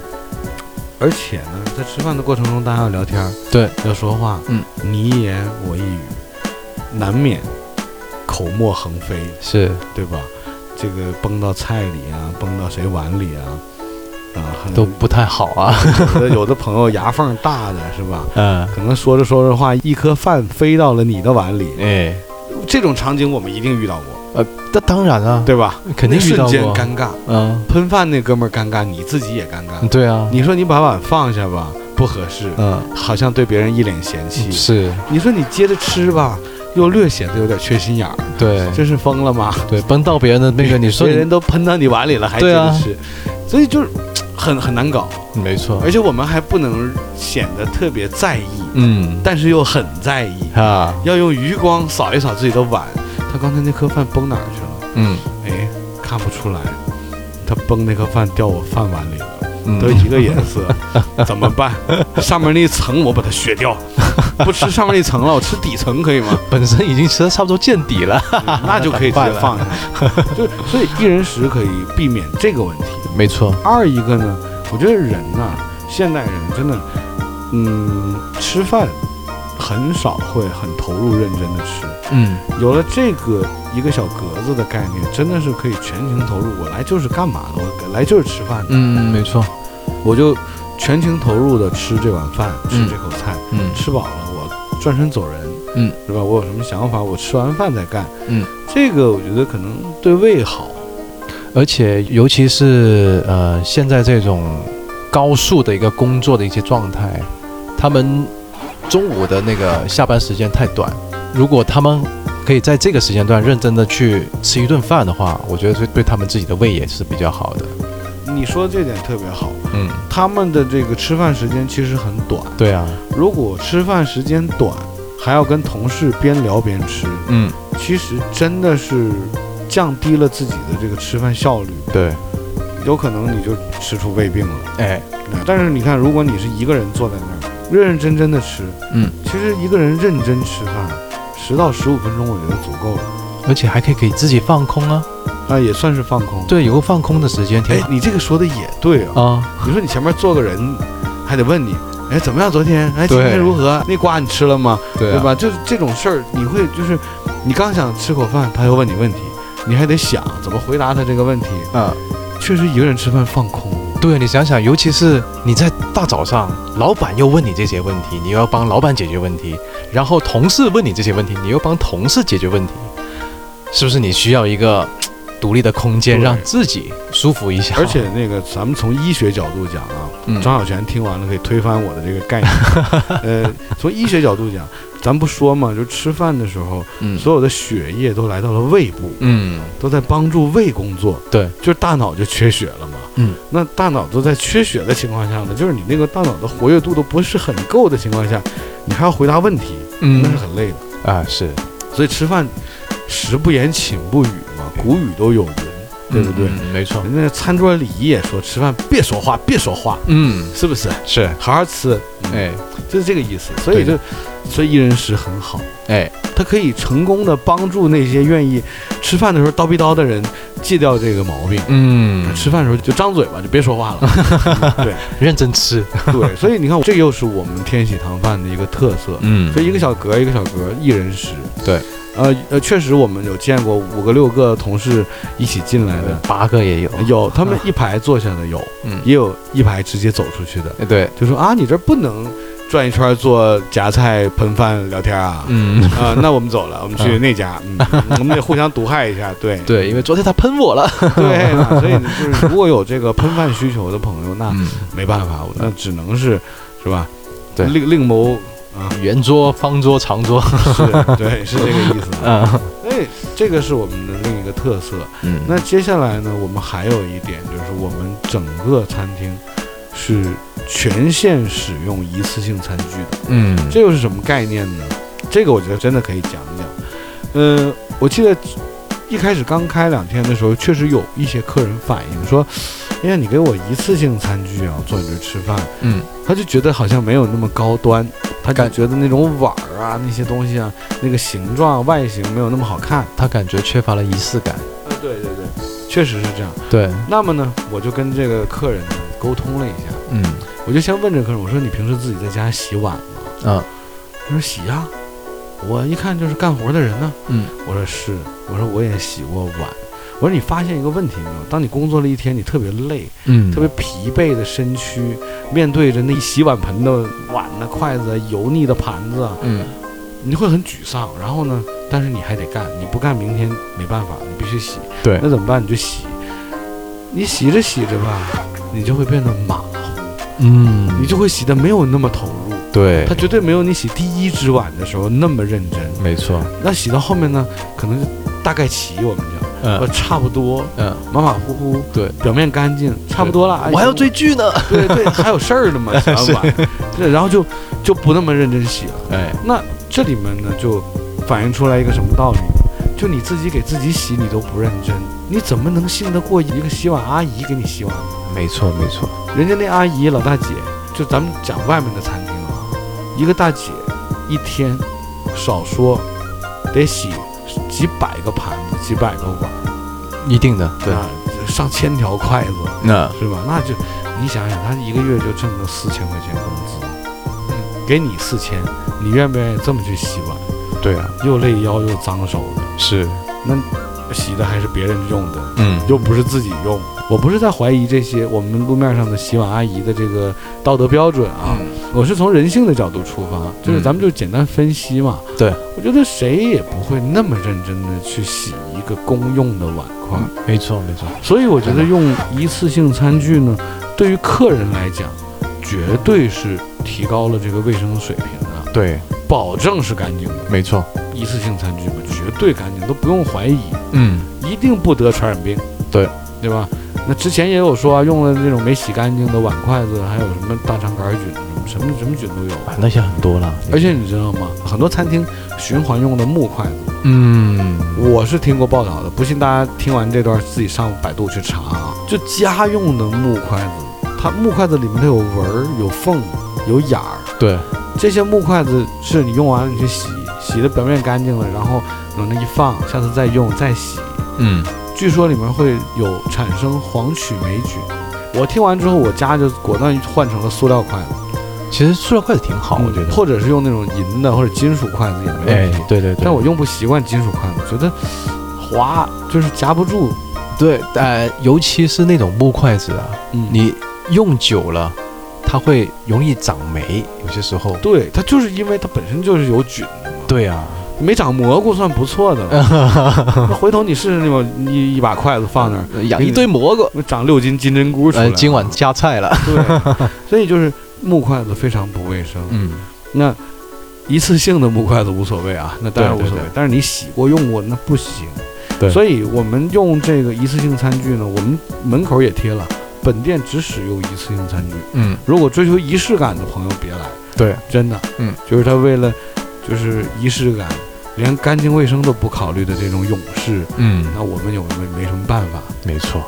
而且呢，在吃饭的过程中，大家要聊天儿，对，要说话，嗯，你一言我一语，难免口沫横飞，是，对吧？这个崩到菜里啊，崩到谁碗里啊，啊，很都不太好啊，有的有的朋友牙缝大的是吧？嗯，可能说着说着话，一颗饭飞到了你的碗里， 哎，这种场景我们一定遇到过，那当然啊，对吧？肯定那遇瞬到间过，尴尬，嗯，喷饭那哥们儿尴尬，你自己也尴尬。对啊，你说你把碗放下吧，不合适，嗯，好像对别人一脸嫌弃。是，你说你接着吃吧，又略显得有点缺心眼儿，对这是疯了吗？对，崩到别人的那个，嗯你说别你人都喷到你碗里了，还接对着啊吃，所以就是很很难搞，没错而，且我们还不能显得特别在意，嗯但是又很在意，啊，要用余光扫一扫自己的碗，他刚才那颗饭崩哪儿去了？嗯哎，看不出来，他崩那颗饭掉我饭碗里了。嗯，都一个颜色， 怎么办？上面那一层我把它削掉，不吃上面那层了，我吃底层可以吗？本身已经吃的差不多见底了，那就可以直接放下。就所以一人食可以避免这个问题。没错，二一个呢，我觉得人呐、现代人真的，嗯，吃饭很少会很投入认真的吃。嗯，有了这个一个小格子的概念，真的是可以全情投入。我来就是干嘛的？我来就是吃饭的，嗯，没错，我就全情投入的吃这碗饭，吃这口菜。嗯吃饱了，我转身走人，嗯，是吧？我有什么想法，我吃完饭再干，嗯，这个我觉得可能对胃好，而且尤其是呃，现在这种高速的一个工作的一些状态，他们中午的那个下班时间太短，如果他们可以在这个时间段认真的去吃一顿饭的话，我觉得对对他们自己的胃也是比较好的。你说这点特别好，嗯，他们的这个吃饭时间其实很短，对啊，如果吃饭时间短，还要跟同事边聊边吃，嗯，其实真的是降低了自己的这个吃饭效率，对，有可能你就吃出胃病了。哎，但是你看，如果你是一个人坐在那儿，认认真真的吃，嗯，其实一个人认真吃饭，十到十五分钟，我觉得足够了。而且还可以给自己放空啊，啊，也算是放空。，对，有个放空的时间挺哎好，你这个说的也对啊。啊，你说你前面坐个人，还得问你，哎，怎么样？昨天，哎，今天对如何？那瓜你吃了吗？对啊对吧？就是这种事儿，你会就是，你刚想吃口饭，他又问你问题，你还得想怎么回答他这个问题。啊，确实，一个人吃饭放空。对你想想，尤其是你在大早上，老板又问你这些问题，你又要帮老板解决问题，然后同事问你这些问题，你又帮同事解决问题，是不是你需要一个嘖独立的空间，对让自己舒服一下？而且那个，咱们从医学角度讲啊，嗯，张小泉听完了可以推翻我的这个概 念。呃，从医学角度讲，咱不说嘛，就吃饭的时候，嗯所有的血液都来到了胃部，嗯，都在帮助胃工作。对，就是大脑就缺血了嘛。嗯，那大脑都在缺血的情况下呢，就是你那个大脑的活跃度都不是很够的情况下，你还要回答问题，那是嗯很累的。啊是，所以吃饭，食不言，寝不语嘛，古语都有云，对不对？嗯？嗯没错，人家餐桌礼仪也说，吃饭别说话，别说话，嗯是不是？是，好好吃，嗯哎就是这个意思。所以就，所以一人食很好，哎，它可以成功的帮助那些愿意吃饭的时候叨逼叨的人戒掉这个毛病。嗯，吃饭的时候就张嘴吧，就别说话 了。嗯认真吃，对对，所以你看，这又是我们天喜堂饭的一个特色。嗯所以一个小格一个小格，一人食。对，呃呃，确实我们有见过五个六个同事一起进来的，八个也有，有他们一排坐下的有，嗯也有一排直接走出去的。哎对，就说啊，你这不能转一圈做夹菜、盆饭、聊天啊。嗯，啊、那我们走了，我们去那家，嗯，我们得互相毒害一下，对对，因为昨天他喷我了。对啊，所以就是如果有这个喷饭需求的朋友，那嗯，没办法，我那只能是，是吧？对另另 谋啊，圆桌、方桌、长桌。是，对，是这个意思。 嗯所以这个是我们的另一个特色。嗯那接下来呢，我们还有一点就是，我们整个餐厅是全线使用一次性餐具的。嗯，这又是什么概念呢？这个我觉得真的可以讲一讲。嗯，我记得一开始刚开两天的时候，确实有一些客人反映说：“哎呀，你给我一次性餐具啊，我坐你这儿吃饭。”嗯，他就觉得好像没有那么高端，他就感觉得那种碗儿啊、那些东西啊，那个形状、外形没有那么好看。他感觉缺乏了仪式感。呃，对对对，确实是这样。对，那么呢，我就跟这个客人呢沟通了一下，嗯我就先问这个客人，我说：“你平时自己在家洗碗吗？”啊他说洗呀、我一看就是干活的人呢。嗯，我说是，我说我也洗过碗。我说你发现一个问题没有？当你工作了一天，你特别累、嗯，特别疲惫的身躯，面对着那一洗碗盆的碗呢、筷子啊、油腻的盘子啊，嗯你会很沮丧。然后呢，但是你还得干，你不干明天没办法，你必须洗。对那，怎么办？你就洗。你洗着洗着吧，你就会变得马虎，嗯你就会洗得没有那么投入。对它，绝对没有你洗第一只碗的时候那么认真。没错。那洗到后面呢，可能就大概齐，我们讲，呃，嗯差不多，嗯，马马虎虎，对，表面干净，差不多了。哎我还要追，剧呢。对对，还有事儿呢 嘛，洗完碗，对，然后就就不那么认真洗了。哎，那这里面呢，就反映出来一个什么道理？就你自己给自己洗，你都不认真，你怎么能信得过一个洗碗阿姨给你洗碗呢？没错没错。人家那阿姨老大姐，就咱们讲外面的餐厅啊，一个大姐一天少说得洗几百个盘子、几百个碗，一定的，嗯对，啊，上千条筷子，那是吧？那就你想想，她一个月就挣个四千块钱工资，嗯给你四千，你愿不愿意这么去洗碗？对啊，又累腰又脏手的，是，洗的还是别人用的，嗯，又不是自己用。我不是在怀疑这些我们路面上的洗碗阿姨的这个道德标准啊，我是从人性的角度出发，就是嗯咱们就简单分析嘛。对，我觉得谁也不会那么认真的去洗一个公用的碗筷，哦没错没错，所以我觉得用一次性餐具呢，对于客人来讲，绝对是提高了这个卫生水平的，对，保证是干净的。没错，一次性餐具嘛，绝对干净，都不用怀疑。嗯，一定不得传染病。对，对吧？那之前也有说啊，用了那种没洗干净的碗筷子，还有什么大肠杆菌，什么什么什么菌都有。啊，那些很多了，而且你知道吗？很多餐厅循环用的木筷子，嗯，我是听过报道的，不信大家听完这段自己上百度去查啊。就家用的木筷子，它木筷子里面它有纹儿、有缝、有眼儿，对，这些木筷子是你用完了你去洗，洗的表面干净了，然后往那一放，下次再用再洗，嗯，据说里面会有产生黄曲霉菌。我听完之后，我家就果断换成了塑料筷子，其实塑料筷子挺好，哦我觉得，或者是用那种银的或者金属筷子也没哎问题。，对对对，但我用不习惯金属筷子，觉得滑就是夹不住。对，呃，尤其是那种木筷子啊，嗯你用久了，它会容易长霉，有些时候。对它就是因为它本身就是有菌的嘛。对啊，没长蘑菇算不错的了。 那回头你试试那种一一把筷子放那儿，呃养一堆蘑菇，那长六斤金针菇出来呃了。，今晚加菜了。 对，所以就是木筷子非常不卫生。嗯，那一次性的木筷子无所谓啊，那当然无对对所谓。对但是你洗过用过那不行。对所以我们用这个一次性餐具呢，我们门口也贴了，本店只使用一次性餐具。嗯，如果追求仪式感的朋友别来，对，真的，嗯，就是他为了就是仪式感，连干净卫生都不考虑的这种勇士，嗯，那我们有没没什么办法？没错，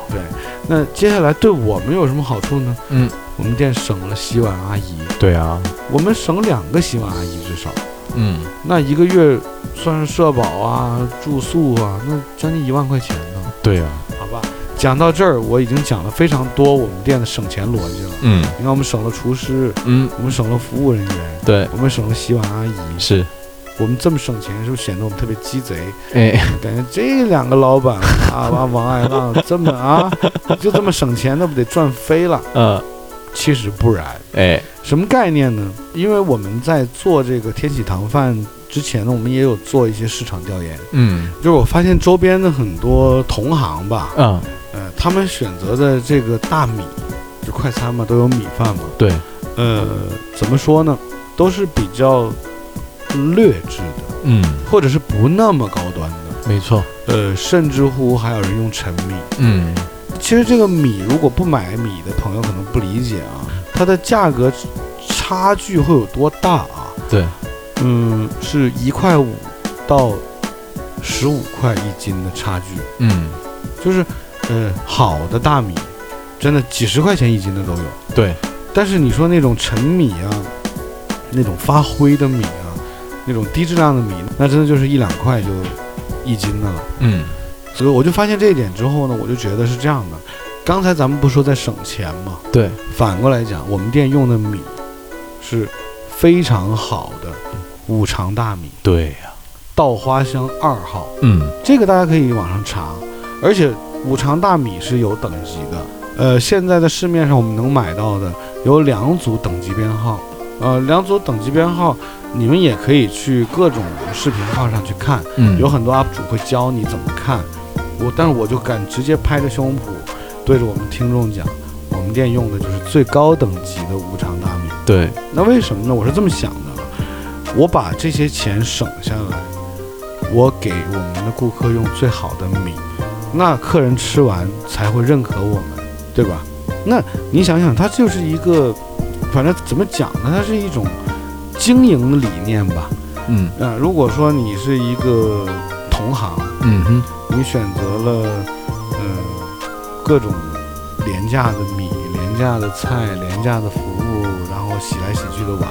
那接下来对我们有什么好处呢？嗯，我们店省了洗碗阿姨，对啊，我们省两个洗碗阿姨至少。嗯，那一个月算是社保啊、住宿啊，那将近一万块钱呢，对啊，好吧？讲到这儿，我已经讲了非常多我们店的省钱逻辑了。嗯你看，我们省了厨师，嗯，我们省了服务人员，对，我们省了洗碗阿姨。是，我们这么省钱，是不是显得我们特别鸡贼？哎，感觉这两个老板 啊，王王爱浪这么啊，就这么省钱，那不得赚飞了？呃，其实不然，哎，什么概念呢？因为我们在做这个天启堂饭之前呢，我们也有做一些市场调研，嗯就是我发现周边的很多同行吧，嗯，呃，他们选择的这个大米，就快餐嘛，都有米饭嘛，对，呃，怎么说呢，都是比较劣质的，嗯，或者是不那么高端的，没错，呃，甚至乎还有人用陈米。嗯其实这个米，如果不买米的朋友可能不理解啊，它的价格差距会有多大啊？对，嗯，是一块五到十五块一斤的差距，嗯就是，呃，好的大米，真的几十块钱一斤的都有。对，但是你说那种陈米啊，那种发灰的米啊，那种低质量的米，那真的就是一两块就一斤的了。嗯所以我就发现这一点之后呢，我就觉得是这样的。刚才咱们不说在省钱吗？对，反过来讲，我们店用的米是非常好的五常大米，对呀，稻花香二号，嗯这个大家可以网上查。而且五常大米是有等级的，呃，现在在市面上我们能买到的有两组等级编号，呃，两组等级编号，你们也可以去各种视频号上去看。嗯，有很多 UP 主会教你怎么看，我但是我就敢直接拍着胸脯对着我们听众讲，我们店用的就是最高等级的无常大米。对，那为什么呢？我是这么想的，啊我把这些钱省下来，我给我们的顾客用最好的米，那客人吃完才会认可我们，对吧？那你想想，它就是一个，反正怎么讲呢？它是一种经营的理念吧。嗯那如果说你是一个同行，嗯哼，你选择了呃各种廉价的米、廉价的菜、廉价的服务，然后洗来洗去的碗，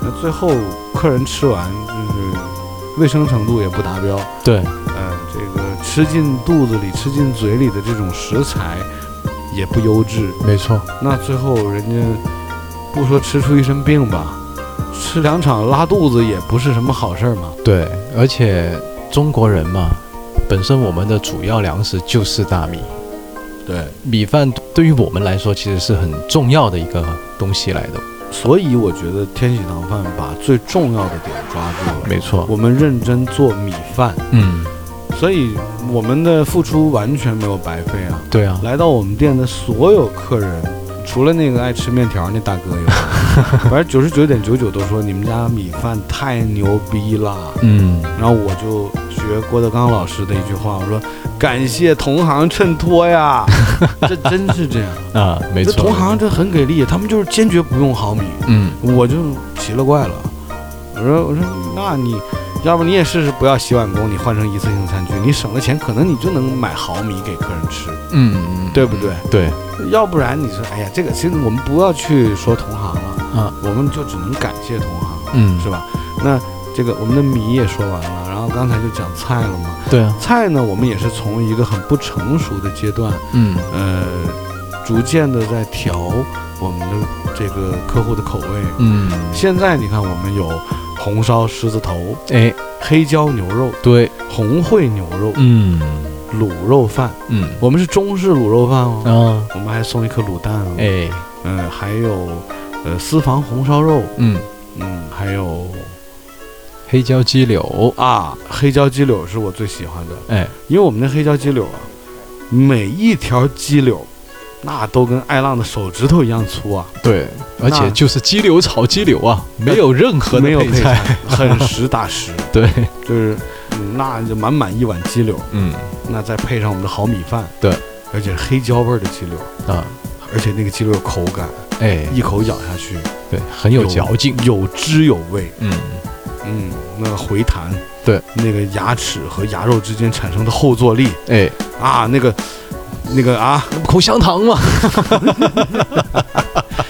那最后客人吃完就是卫生程度也不达标，对，呃，这个吃进肚子里、吃进嘴里的这种食材也不优质，没错，那最后人家不说吃出一身病吧，吃两场拉肚子也不是什么好事儿嘛。对，而且中国人嘛，本身我们的主要粮食就是大米，对，米饭对于我们来说其实是很重要的一个东西来的，所以我觉得天喜堂饭把最重要的点抓住了。没错，我们认真做米饭，嗯，所以我们的付出完全没有白费啊！对啊，来到我们店的所有客人，除了那个爱吃面条那大哥 以外，反正九十九点九九都说你们家米饭太牛逼了。嗯，然后我就学郭德纲老师的一句话，我说：“感谢同行衬托 呀！”这真是这样，啊，没这错，同行这很给力，他们就是坚决不用好米。嗯，我就奇了怪了，我说我说那你，要不你也试试不要洗碗工，你换成一次性餐具，你省了钱，可能你就能买好米给客人吃，嗯嗯，对不对？对，要不然你说，哎呀，这个其实我们不要去说同行了，啊，我们就只能感谢同行了，嗯是吧？那这个我们的米也说完了，然后刚才就讲菜了嘛，对啊，菜呢，我们也是从一个很不成熟的阶段，嗯呃，逐渐的在调我们的这个客户的口味，嗯，现在你看，我们有红烧狮子头、哎，黑椒牛肉、对，红烩牛肉、嗯卤肉饭，嗯我们是中式卤肉饭哦。啊，我们还送一颗卤蛋哦，哎，嗯、还有呃私房红烧肉，嗯，嗯，还有黑椒鸡柳，啊黑椒鸡柳是我最喜欢的，哎，因为我们的黑椒鸡柳啊，每一条鸡柳，那都跟艾浪的手指头一样粗啊，对，而且就是鸡柳炒鸡柳啊，没有任何的没有配菜，菜，很实打实，对，就是嗯那就满满一碗鸡柳。嗯那再配上我们的好米饭，对，而且黑椒味儿的鸡柳，啊，而且那个鸡柳有口感，哎，一口咬下去对，很有嚼劲，有汁有味，嗯，嗯，那个回弹，对，那个牙齿和牙肉之间产生的后坐力哎，啊，那个那个啊，口香糖嘛，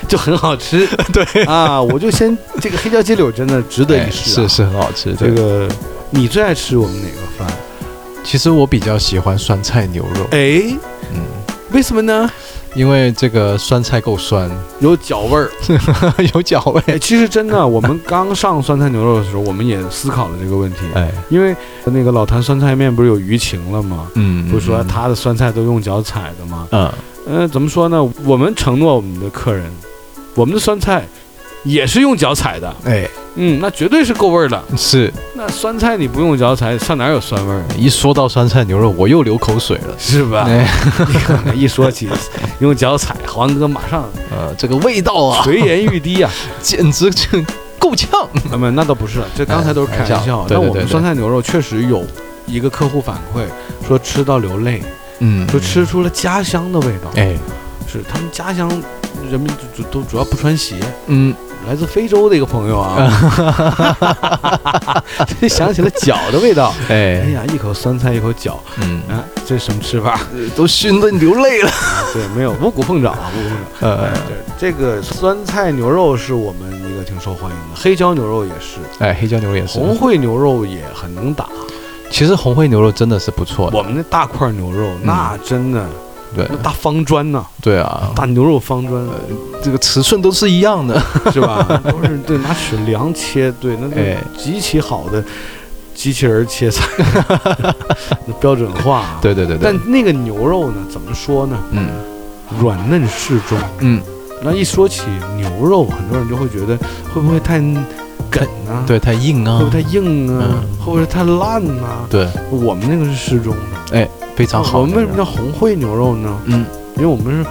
就很好吃 对，啊！我就先这个黑椒鸡柳真的 值得一试、啊哎是，是很好吃，这对。个你最爱吃我们哪个饭？其实我比较喜欢酸菜牛肉，哎，嗯，为什么呢？因为这个酸菜够酸， 有脚味儿。有脚味，哎，其实真的，我们刚上酸菜牛肉的时候，我们也思考了这个问题。哎，因为那个老坛酸菜面不是有舆情了吗？嗯，不是说他的酸菜都用脚踩的吗？嗯，嗯，怎么说呢？我们承诺我们的客人，我们的酸菜也是用脚踩的，哎，嗯，那绝对是够味儿的。是那酸菜你不用脚踩，上哪有酸味儿？一说到酸菜牛肉，我又流口水了。是吧？哎，一说 起用脚踩，黄哥马上呃，这个味道啊，垂涎欲 滴啊！简直就够呛。那么那倒不是，这刚才都是开玩笑。但哎对对我对们对酸菜牛肉确实有一个客户反馈说吃到流泪，嗯说吃出了家乡的味道。哎，是他们家乡人民主都主要不穿鞋，嗯，来自非洲的一个朋友啊， 这想起了脚的味道。 哎哎，呀，一口酸菜，一口脚，嗯，啊，这什么吃法？ 都熏得你流泪了。对，没有五谷碰撞啊，五谷碰撞。呃，对，这个酸菜牛肉是我们一个挺受欢迎的，黑椒牛肉也是，哎，黑椒牛肉也是。红烩牛肉也很能打。其实红烩牛肉真的是不错的。我们那大块牛肉，那真的对那大方砖呐，对啊，大牛肉方砖这个尺寸都是一样的。 是吧？都是对，拿尺量切，对，那哎个极其好的机器人切菜， 那标准化啊。对对对对。但那个牛肉呢，怎么说呢？嗯软嫩适中。嗯，那一说起牛肉，很多人就会觉得会不会太梗啊？，对，太硬啊会不会，太硬啊？嗯会不会太烂呐、对，我们那个是适中的。非常好。我们为什么叫红烩牛肉呢？嗯，因为我们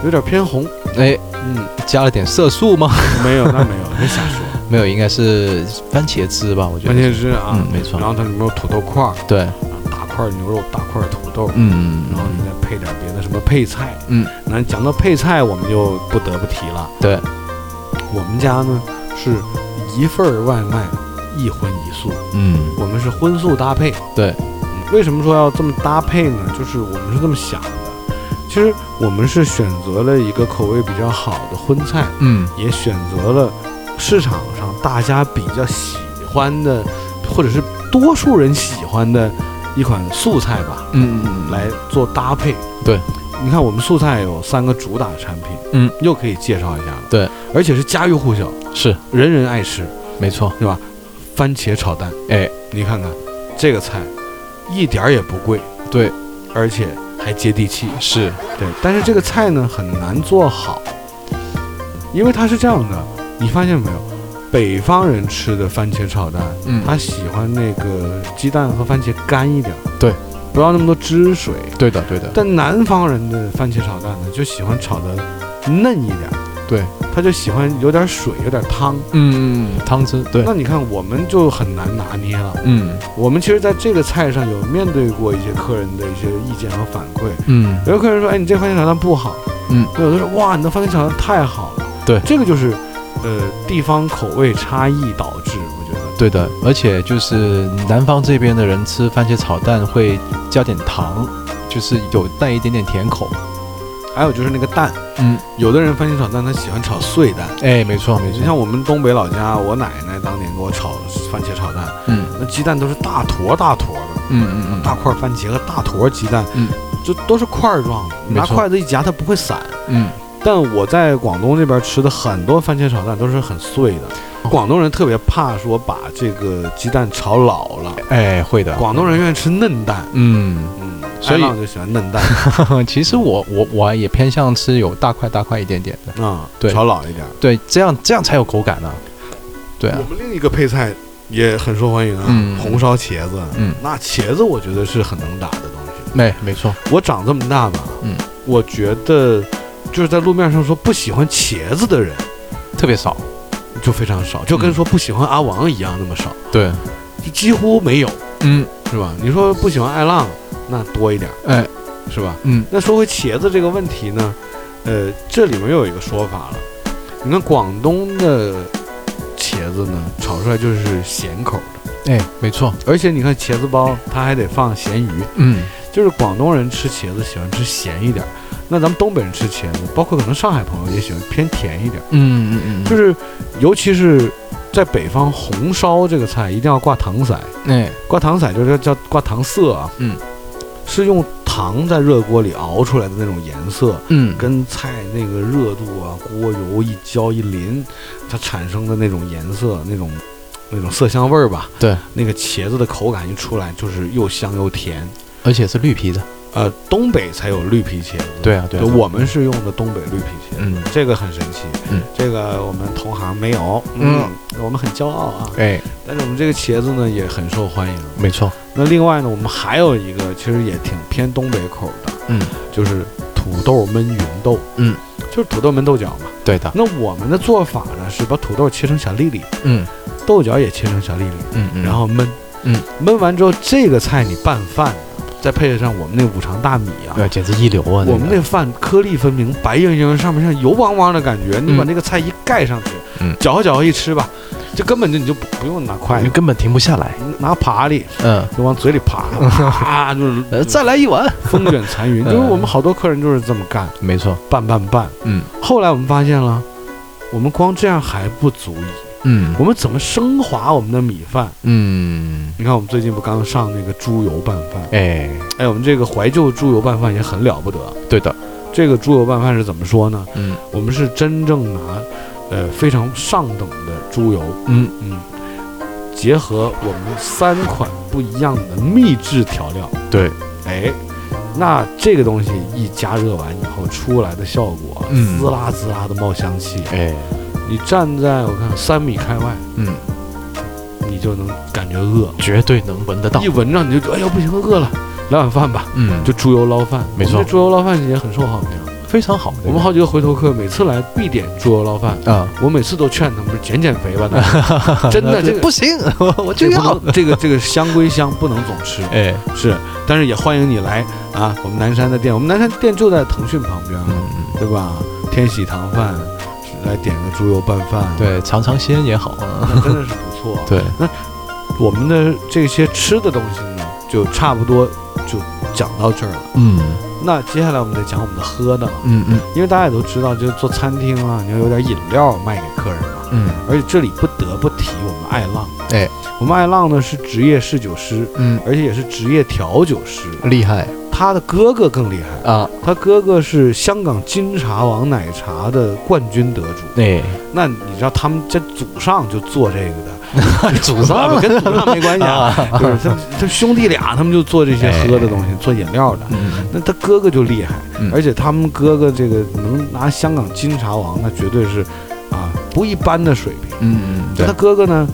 是有点偏红。哎，嗯，加了点色素吗？ 没有，那没有，别瞎 说。没有，应该是番茄汁吧？我觉得关。键是啊，嗯，没错然。后它里面有土豆块儿，对，啊大块牛肉，大块土豆，嗯然后你再配点别的什么配菜。嗯，那讲到配菜，我们就不得不提了。对，我们家呢是一份儿外卖，一荤一素，嗯我们是荤素搭配。对嗯，为什么说要这么搭配呢？就是我们是这么想的。其实我们是选择了一个口味比较好的荤菜，嗯也选择了市场上大家比较喜欢的，或者是多数人喜欢的一款素菜吧，嗯嗯，来做搭配。对，你看我们素菜有三个主打产品，嗯，又可以介绍一下了。对，而且是家喻户晓，是人人爱吃，没错。对吧？番茄炒蛋，哎，你看看这个菜，一点儿也不贵，对，而且还接地气。是对，但是这个菜呢很难做好，因为它是这样的，你发现没有？北方人吃的番茄炒蛋，嗯他喜欢那个鸡蛋和番茄干一点，对，不要那么多汁水。对的对的。但南方人的番茄炒蛋呢，就喜欢炒的嫩一点，对，他就喜欢有点水，有点汤。嗯，汤汁对。那你看，我们就很难拿捏了。嗯我们其实在这个菜上有面对过一些客人的一些意见和反馈，嗯有的客人说：“哎，你这番茄炒蛋不好。”嗯，有的说：“哇，你的番茄炒蛋太好了。”对这个就是，呃，地方口味差异导致，我觉得。对的，而且就是南方这边的人吃番茄炒蛋会加点糖，就是有带一点点甜口。还有就是那个蛋，嗯，有的人番茄炒蛋他喜欢炒碎蛋，哎，没错没就错。像我们东北老家，我奶奶当年给我炒番茄炒蛋，嗯那鸡蛋都是大坨大坨的，嗯嗯大块番茄和大坨鸡蛋，嗯，就都是块儿状的，你拿没错筷子一夹它不会散。嗯但我在广东这边吃的很多番茄炒蛋都是很碎的，广东人特别怕说把这个鸡蛋炒老了，嗯，哎，会的。广东人愿意吃嫩蛋，嗯。啊嗯，所以爱浪就喜欢嫩 蛋 其实我我我也偏向吃有大块大块一点点的，啊，对炒老一点。对，这样这样才有口感呢、对啊我，们另一个配菜也很受欢迎啊，嗯红烧茄子，嗯，那茄子我觉得是很能打的东西。没哎没错，我长这么大吧，嗯，我觉得就是在路面上说不喜欢茄子的人特别少，就非常少，就跟嗯说不喜欢阿王一样那么少，对，就几乎没有。嗯，是吧？你说不喜欢爱浪，那多一点，哎，是吧？嗯，那说回茄子这个问题呢，呃，这里面又有一个说法了。你看广东的茄子呢，炒出来就是咸口的，哎，没错，而且你看茄子包，它还得放咸鱼，嗯，就是广东人吃茄子喜欢吃咸一点儿。那咱们东北人吃茄子，包括可能上海朋友也喜欢偏甜一点儿，嗯嗯嗯，，就是是尤其是在北方，红烧这个菜一定要挂糖色。哎，挂糖色就是叫挂糖色啊，嗯，是用糖在热锅里熬出来的那种颜色，嗯，跟菜那个热度啊、锅油一浇一淋，它产生的那种颜色、那种那种色香味儿吧。对，那个茄子的口感一出来，就是又香又甜。而且是绿皮的，呃，东北才有绿皮茄子，对啊，对啊，对啊我们是用的东北绿皮茄子，嗯，这个很神奇，嗯，这个我们同行没有，嗯，我们很骄傲啊，哎，但是我们这个茄子呢也很受欢迎。没错，那另外呢，我们还有一个其实也挺偏东北口的，嗯，就是土豆焖芸豆，嗯，就是土豆焖豆角嘛。对的，那我们的做法呢是把土豆切成小粒粒，嗯豆角也切成小粒粒，嗯嗯，然后焖，嗯，焖完之后这个菜你拌饭，再配上我们那五常大米啊，对，简直一流啊，我们那那个饭颗粒分明，白莹莹，上面像油汪汪的感觉。你把嗯那个菜一盖上去，嗯搅和搅和一吃吧，这根本就你就不不用拿筷你子，哎根本停不下来，拿爬力嗯，就往嘴里 爬，啊，就是呃，再来一碗，风卷残云。嗯就是我们好多客人就是这么干，没错，拌拌拌。嗯后来我们发现了，我们光这样还不足以，嗯我们怎么升华我们的米饭？嗯，你看，我们最近不刚上那个猪油拌饭？哎，哎，我们这个怀旧猪油拌饭也很了不得。对的，这个猪油拌饭是怎么说呢？嗯我们是真正拿，呃，非常上等的猪油，嗯嗯，结合我们三款不一样的秘制调料，对，哎，那这个东西一加热完以后出来的效果，嗯滋啦滋啦的冒香气，哎，你站在我看三米开外，嗯，你就能感觉饿了，绝对能闻得到一，闻着你就觉得哎呦不行，饿了，来碗饭吧，嗯，就猪油捞饭，没错我们这猪油捞饭也很受好评。非常好，我们好几个回头客每次来必点猪油捞饭，啊，我每次都劝他们说减减肥吧，大家 真的这个不行， 我这就个不要，能这个这个香归香，不能总吃哎，是，但是也欢迎你来啊，我们南山的店，我们南山店就在腾讯旁边，啊嗯，对吧？天喜堂饭来点个猪油拌饭，，啊对，尝尝鲜也好啊，那真的是不错。对，我们的这些吃的东西呢，就差不多就讲到这儿了。嗯那接下来我们得讲我们的喝的了，嗯嗯因为大家也都知道，就是做餐厅啊，你要有点饮料卖给客人嘛。嗯而且这里不得不提我们爱浪，哎，我们爱浪呢是职业侍酒师，嗯，而且也是职业调酒师。厉害他的哥哥更厉害，啊，他哥哥是香港金茶王奶茶的冠军得主。 哎，那你知道他们这祖上就做这个的，祖上啊，跟祖上没关系 啊，就是他他兄弟俩他们就做这些喝的东西，做饮料的。嗯那他哥哥就厉害，哎嗯而且他们哥哥这个能拿香港金茶王，那绝对是啊不一般的水平。嗯嗯，那他哥哥呢，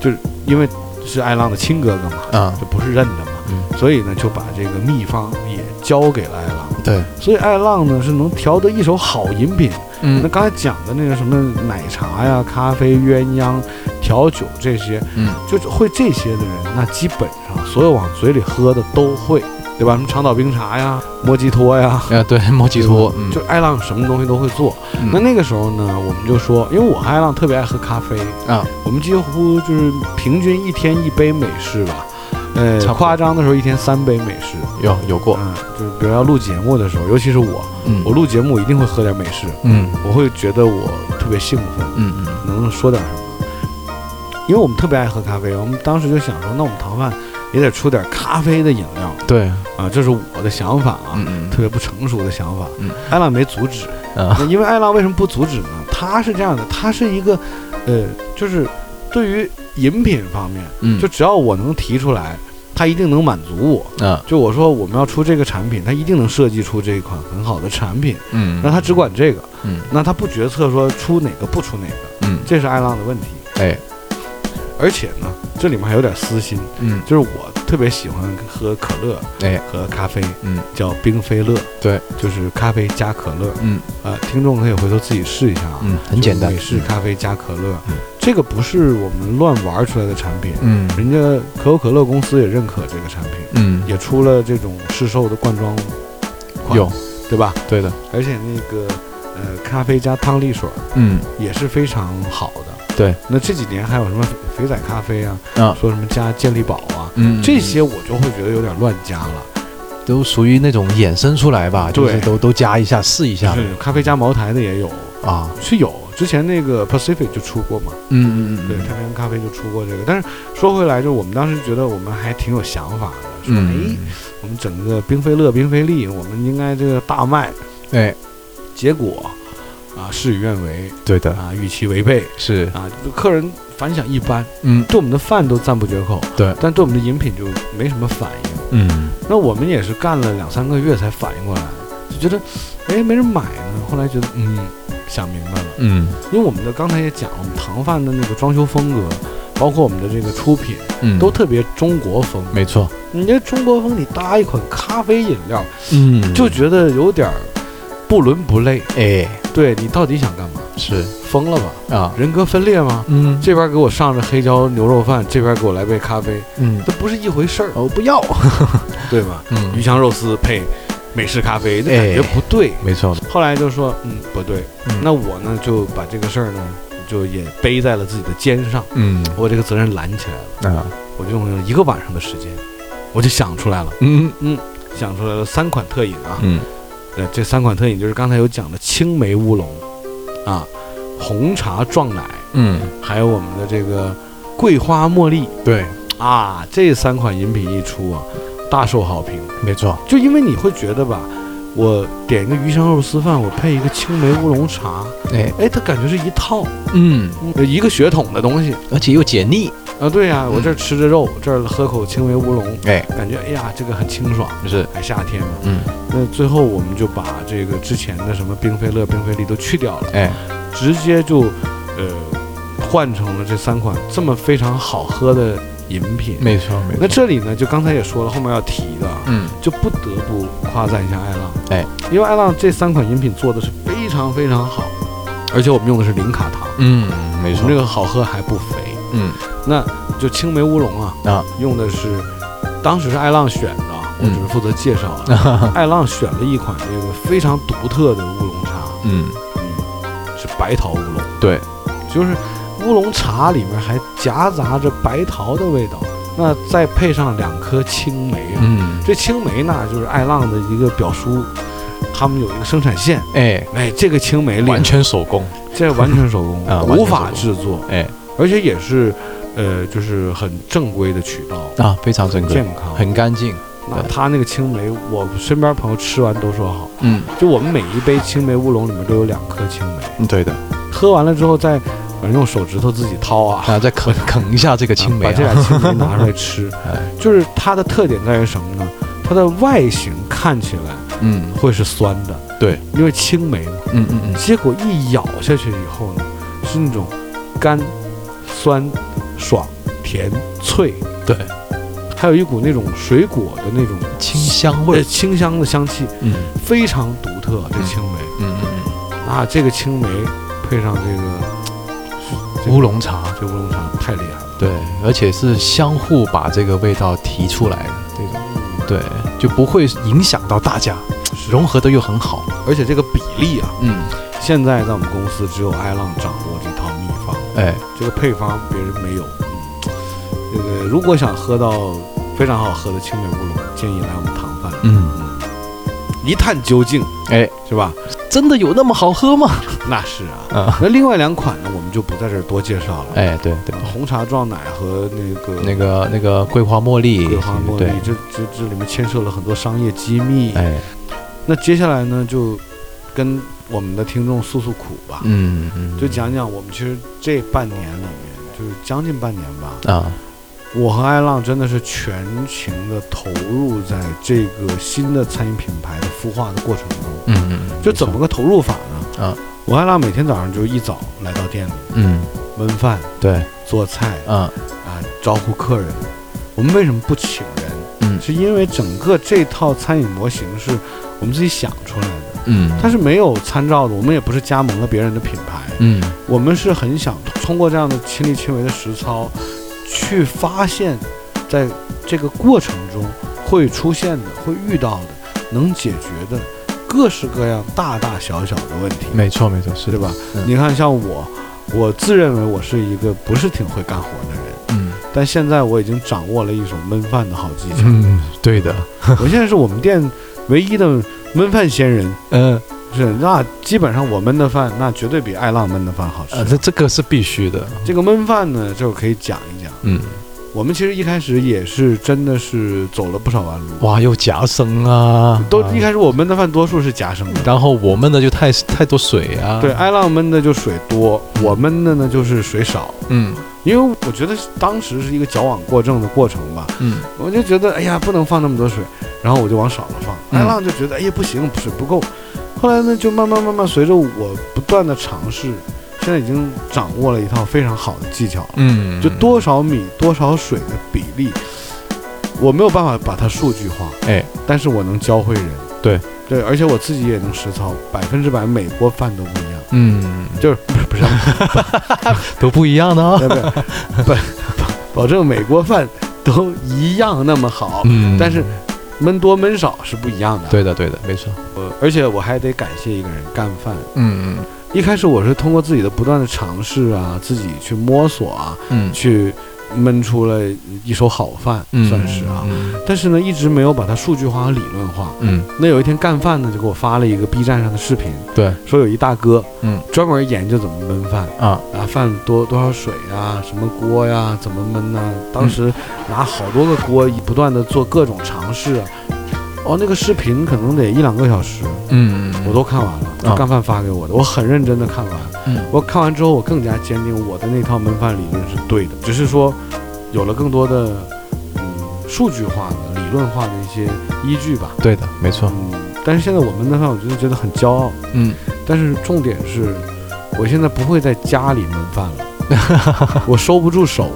就是因为是艾浪的亲哥哥嘛，啊，就不是认的嘛，嗯所以呢就把这个秘方也交给了艾浪。对，所以艾浪呢是能调得一手好饮品。那嗯刚才讲的那个什么奶茶呀、咖啡、鸳鸯、调酒这些，嗯，就是会这些的人，那基本上所有往嘴里喝的都会，对吧？什么长岛冰茶呀、莫吉托呀。啊，对，摩吉托，嗯，就艾浪什么东西都会做，那那个时候呢，我们就说，因为我和艾浪特别爱喝咖啡，啊，我们几乎就是平均一天一杯美式吧，呃差不，多夸张的时候一天三杯美式。有有过，嗯，就是比如要录节目的时候，尤其是我，嗯我录节目我一定会喝点美式，嗯我会觉得我特别兴奋，嗯嗯能说点什么。因为我们特别爱喝咖啡，我们当时就想说，那我们糖饭也得出点咖啡的饮料对，啊，这是我的想法啊，嗯特别不成熟的想法。嗯艾浪没阻止，嗯啊，那因为艾浪为什么不阻止呢？他是这样的，他是一个，呃，就是对于饮品方面，嗯就只要我能提出来，他一定能满足我。啊，就我说我们要出这个产品，他一定能设计出这一款很好的产品。嗯，那他只管这个，嗯那他不决策说出哪个不出哪个，嗯，这是艾浪的问题。哎，而且呢，这里面还有点私心，嗯就是我特别喜欢喝可乐哎，和咖啡，嗯叫冰菲乐，对，就是咖啡加可乐。嗯呃，听众可以回头自己试一下啊。嗯，很简单美，式咖啡加可乐嗯，这个不是我们乱玩出来的产品，嗯人家可口可乐公司也认可这个产品，嗯，也出了这种市售的罐装款，有，对吧？对的，而且那个呃，咖啡加汤力水儿嗯也是非常好的。对，那这几年还有什么肥肥仔咖啡啊，啊说什么加健力宝啊，嗯，这些我就会觉得有点乱加了。都属于那种衍生出来吧，就是对都都加一下试一下是咖啡加茅台的也有，啊，是有。之前那个 Pacific 就出过嘛，嗯嗯对，太平洋咖啡就出过这个。但是说回来，就是我们当时觉得我们还挺有想法的，说哎嗯，，我们整个冰菲乐、冰菲利，我们应该这个大卖。哎，结果啊，事与愿违对的，啊，预期违背是，啊，客人反响一般，嗯对我们的饭都赞不绝口，对但对我们的饮品就没什么反应。嗯那我们也是干了两三个月才反应过来，就觉得，哎，没人买呢。后来觉得，嗯，想明白了，嗯因为我们的刚才也讲了，我们糖饭的那个装修风格，包括我们的这个出品，嗯，都特别中国风。没错，你这中国风，你搭一款咖啡饮料，嗯就觉得有点儿不伦不类。哎对你到底想干嘛？是疯了吧？啊，人格分裂吗？嗯这边给我上着黑椒牛肉饭，这边给我来杯咖啡，嗯这不是一回事儿，哦不要， 对吧？鱼嗯香肉丝配美式咖啡，那感觉哎不对。没错，后来就说，嗯，不对。嗯那我呢，就把这个事儿呢，就也背在了自己的肩上，嗯我这个责任揽起来了。啊我就用了一个晚上的时间，我就想出来了，嗯想出来了三款特饮啊。嗯呃，这三款特饮就是刚才有讲的青梅乌龙，啊，红茶撞奶，嗯还有我们的这个桂花茉莉对，啊，这三款饮品一出啊，大受好评。没错，就因为你会觉得吧，我点一个鱼香肉丝饭，我配一个青梅乌龙茶，哎哎，它感觉是一套，嗯，呃一个血统的东西而且又解腻，啊。对呀、我嗯这儿吃着肉，这儿喝口青梅乌龙，哎感觉哎呀，这个很清爽。是哎，夏天嘛，嗯那最后我们就把这个之前的什么冰菲乐、冰菲利都去掉了，哎直接就，呃，换成了这三款这么非常好喝的饮品。没错没错，那这里呢，就刚才也说了，后面要提的啊，嗯就不得不夸赞一下爱浪，哎，因为爱浪这三款饮品做的是非常非常好，而且我们用的是零卡糖，嗯没我错们这，个好喝还不肥。嗯那就青梅乌龙啊，啊用的是当时是爱浪选的啊，我嗯只是负责介绍啊。 爱浪选了一款这个非常独特的乌龙茶，嗯嗯，是白桃乌龙，对，就是乌龙茶里面还夹杂着白桃的味道，那再配上两颗青梅啊，嗯这青梅呢就是爱浪的一个表叔，他们有一个生产线，哎哎，这个青梅厉害完，全手工， 这完全手工啊完全无法制手作，哎而且也是，呃，就是很正规的渠道，啊非常珍健贵，康。很干净，那他那个青梅，我身边朋友吃完都说好，嗯就我们每一杯青梅乌龙里面都有两颗青 梅。对的，喝完了之后再，反正用手指头自己掏啊，啊再啃啃一下这个青梅把这啊，俩青梅拿出来吃 哎。就是它的特点在于什么呢？它的外形看起来嗯会是酸的，对，因为青梅嘛。嗯嗯嗯结果一咬下去以后呢，是那种干、酸、爽、甜、脆，对，还有一股那种水果的那种清香呃味，清香的香气，嗯非常独特。这嗯青梅、嗯嗯啊，这个青梅配上这个这嗯个乌龙茶。这乌龙茶太厉害了。对，而且是相互把这个味道提出来的这种，对，就不会影响到大家，融合的又很好。而且这个比例啊，嗯，现在在我们公司只有艾浪掌握这套秘方，哎，这个配方别人没有。嗯这个如果想喝到非常好喝的青梅乌龙，建议来我们糖饭，嗯，一探究竟，哎，是吧？真的有那么好喝吗？那是啊。啊，那另外两款呢，我们就不在这儿多介绍了。哎，对对，红茶撞奶和那个那个那个桂花茉莉，桂花茉对莉，，这这这里面牵涉了很多商业机密。哎，那接下来呢，就跟我们的听众诉诉苦吧。嗯嗯，就讲讲我们其实这半年里面，就是将近半年吧，啊，我和艾浪真的是全情的投入在这个新的餐饮品牌的孵化的过程中。嗯嗯，就怎么个投入法呢？啊，我和艾浪每天早上就一早来到店里嗯，焖饭、对，做菜啊，啊，招呼客人。我们为什么不请人？嗯是因为整个这套餐饮模型是我们自己想出来的，嗯，它是没有参照的，我们也不是加盟了别人的品牌。嗯我们是很想通过这样的亲力亲为的实操，去发现，在这个过程中会出现的、会遇到的、能解决的各式各样大大小小的问题，没错没错，是对的，吧？嗯你看，像我，我自认为我是一个不是挺会干活的人，嗯但现在我已经掌握了一手焖饭的好技巧。嗯，对的，我现在是我们店唯一的焖饭仙人，嗯，是那基本上我焖的饭，那绝对比爱浪焖的饭好吃。呃，这这个是必须的，这个焖饭呢，这我可以讲一讲。嗯，我们其实一开始也是真的是走了不少弯路，哇，又夹生啊，都啊一开始我焖的饭多数是夹生的，然后我们的就太太多水啊。对，，艾浪焖的就水多，我焖的呢就是水少，嗯，因为我觉得当时是一个矫枉过正的过程吧，嗯我就觉得哎呀不能放那么多水，然后我就往少了放，嗯海浪就觉得哎呀不行水不够，后来呢就慢慢慢慢随着我不断的尝试，现在已经掌握了一套非常好的技巧了，嗯，就多少米多少水的比例，我没有办法把它数据化，哎，但是我能教会人，对对，而且我自己也能实操，百分之百每锅饭都不一样，嗯就是不是不是。都不一样的啊，对不对？保保证每锅饭都一样那么好，嗯，但是焖多焖少是不一样的。对的对的，没错，我，而且我还得感谢一个人干饭。嗯嗯一开始我是通过自己的不断的尝试啊，自己去摸索啊，嗯，去焖出了一手好饭，嗯算是啊。嗯但是呢，一直没有把它数据化和理论化。嗯，那有一天干饭呢，就给我发了一个 B 站上的视频，对说有一大哥，嗯，专门研究怎么焖饭。啊，啊，饭多多少水啊，什么锅呀、怎么焖呐、当时嗯拿好多个锅，不断的做各种尝试啊。哦，那个视频可能得一两个小时，嗯嗯，我都看完了，啊干饭发给我的，我很认真的看完。嗯我看完之后，我更加坚定我的那套焖饭理论是对的，只是说有了更多的嗯数据化的、理论化的一些依据吧。对的，没错，嗯，但是现在我焖的饭，我真的觉得很骄傲。嗯，但是重点是，我现在不会在家里焖饭了， 我收不住手。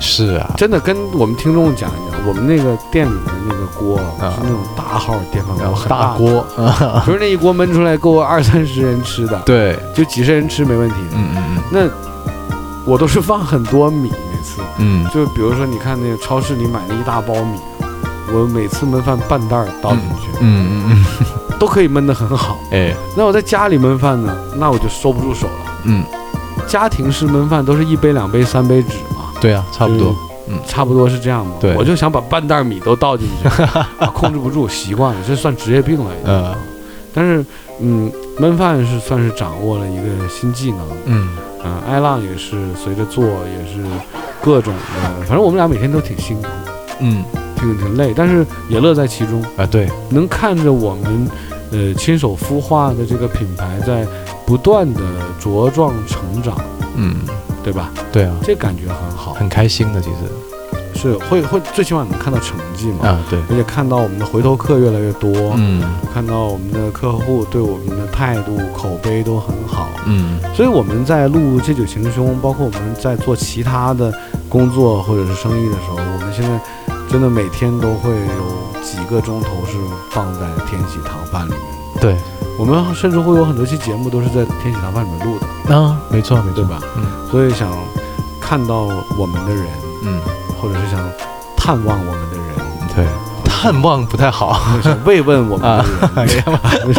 是啊，真的跟我们听众讲一讲，我们那个店里的那个锅啊是那种大号电饭锅，很大大，锅啊，就是那一锅焖出来够二三十人吃的， 对，就几十人吃没问题。嗯嗯那我都是放很多米，每次嗯嗯，就比如说你看那个超市里买那一大包米，我每次焖饭半袋儿倒进去，嗯嗯都可以焖得很好。嗯，哎，那我在家里焖饭呢，那我就收不住手了。嗯，家庭式焖饭都是一杯、两杯、三杯纸嘛，对啊，差不多，就是嗯差不多是这样嘛。对我就想把半袋米都倒进 去，啊控制不住，习惯了，这算职业病了。已经呃，但是，嗯，焖饭是算是掌握了一个新技能。嗯嗯，艾浪也是随着做，也是各种的，反正我们俩每天都挺辛苦，嗯挺挺累，但是也乐在其中。啊，对，能看着我们，呃，亲手孵化的这个品牌在不断的茁壮成长，嗯，对吧？对啊，这感觉很好，很开心的其实，是会会最起码能看到成绩嘛，啊，对，而且看到我们的回头客越来越多，嗯看到我们的客户对我们的态度、口碑都很好，嗯所以我们在录《借酒行凶》，包括我们在做其他的工作或者是生意的时候，我们现在真的每天都会有几个钟头是放在天喜堂饭里面。对，我们甚至会有很多期节目都是在天喜堂饭里面录的，啊，没错没对错，吧？嗯所以想看到我们的人，嗯，或者是想探望我们的人，对，探望不太好，或者想慰问我们的人，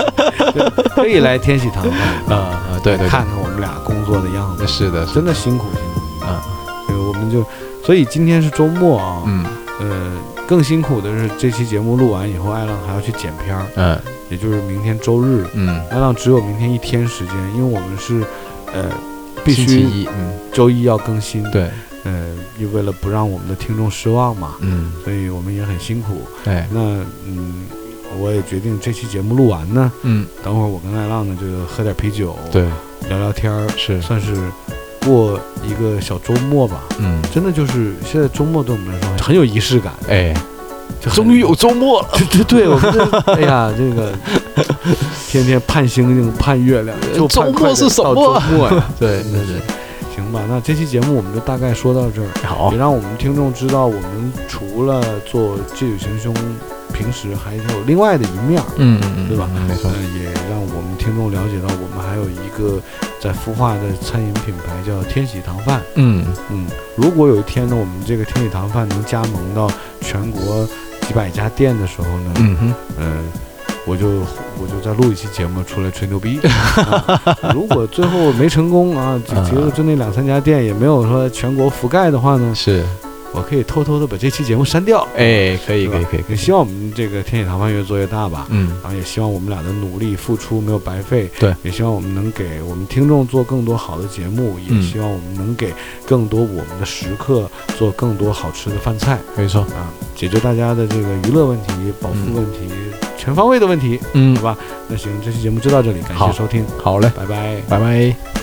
可以来天喜堂啊饭啊，对对，对看看我们俩工作的样子，是的，是真的辛苦辛苦。啊，对，我们就，所以今天是周末啊，嗯呃，更辛苦的是这期节目录完以后，艾浪还要去剪片儿，嗯也就是明天周日，嗯，艾浪只有明天一天时间，因为我们是，呃，必星期须一，嗯，周一要更新，，对，呃，又为了不让我们的听众失望嘛，嗯，所以我们也很辛苦。哎，那嗯，我也决定这期节目录完呢，嗯，等会儿我跟艾浪呢就喝点啤酒，，对，聊聊天儿，是，算是过一个小周末吧。嗯，真的就是现在周末对我们来说很有仪式感，哎，就很 终于有 周末了，对对对，我们 这哎呀，这个天天盼星星盼月亮，就盼呃周末快点是什到么周末呀？对真的对是对，行吧，那这期节目我们就大概说到这儿。好也，让我们听众知道，我们除了做借酒行凶，平时还有另外的一面儿。嗯嗯，对吧嗯？没错呃，，也让我们听众了解到，我们还有一个在孵化的餐饮品牌叫天喜堂饭。嗯，嗯，如果有一天呢，我们这个天喜堂饭能加盟到全国几百家店的时候呢，嗯哼，呃，我就我就再录一期节目出来吹牛逼。啊如果最后没成功啊，就只有就那两三家店，也没有说全国覆盖的话呢，是，我可以偷偷的把这期节目删掉。哎，可以对可吧以可以，可也以希望我们这个天喜堂饭越做越大吧。嗯，啊然后也希望我们俩的努力付出没有白费，对，也希望我们能给我们听众做更多好的节目，也嗯希望我们能给更多我们的食客做更多好吃的饭菜没错，啊，解决大家的这个娱乐问题、饱腹嗯问题、全方位的问题。嗯好，吧，那行，这期节目就到这里，感谢好收听，好嘞，拜拜。拜拜。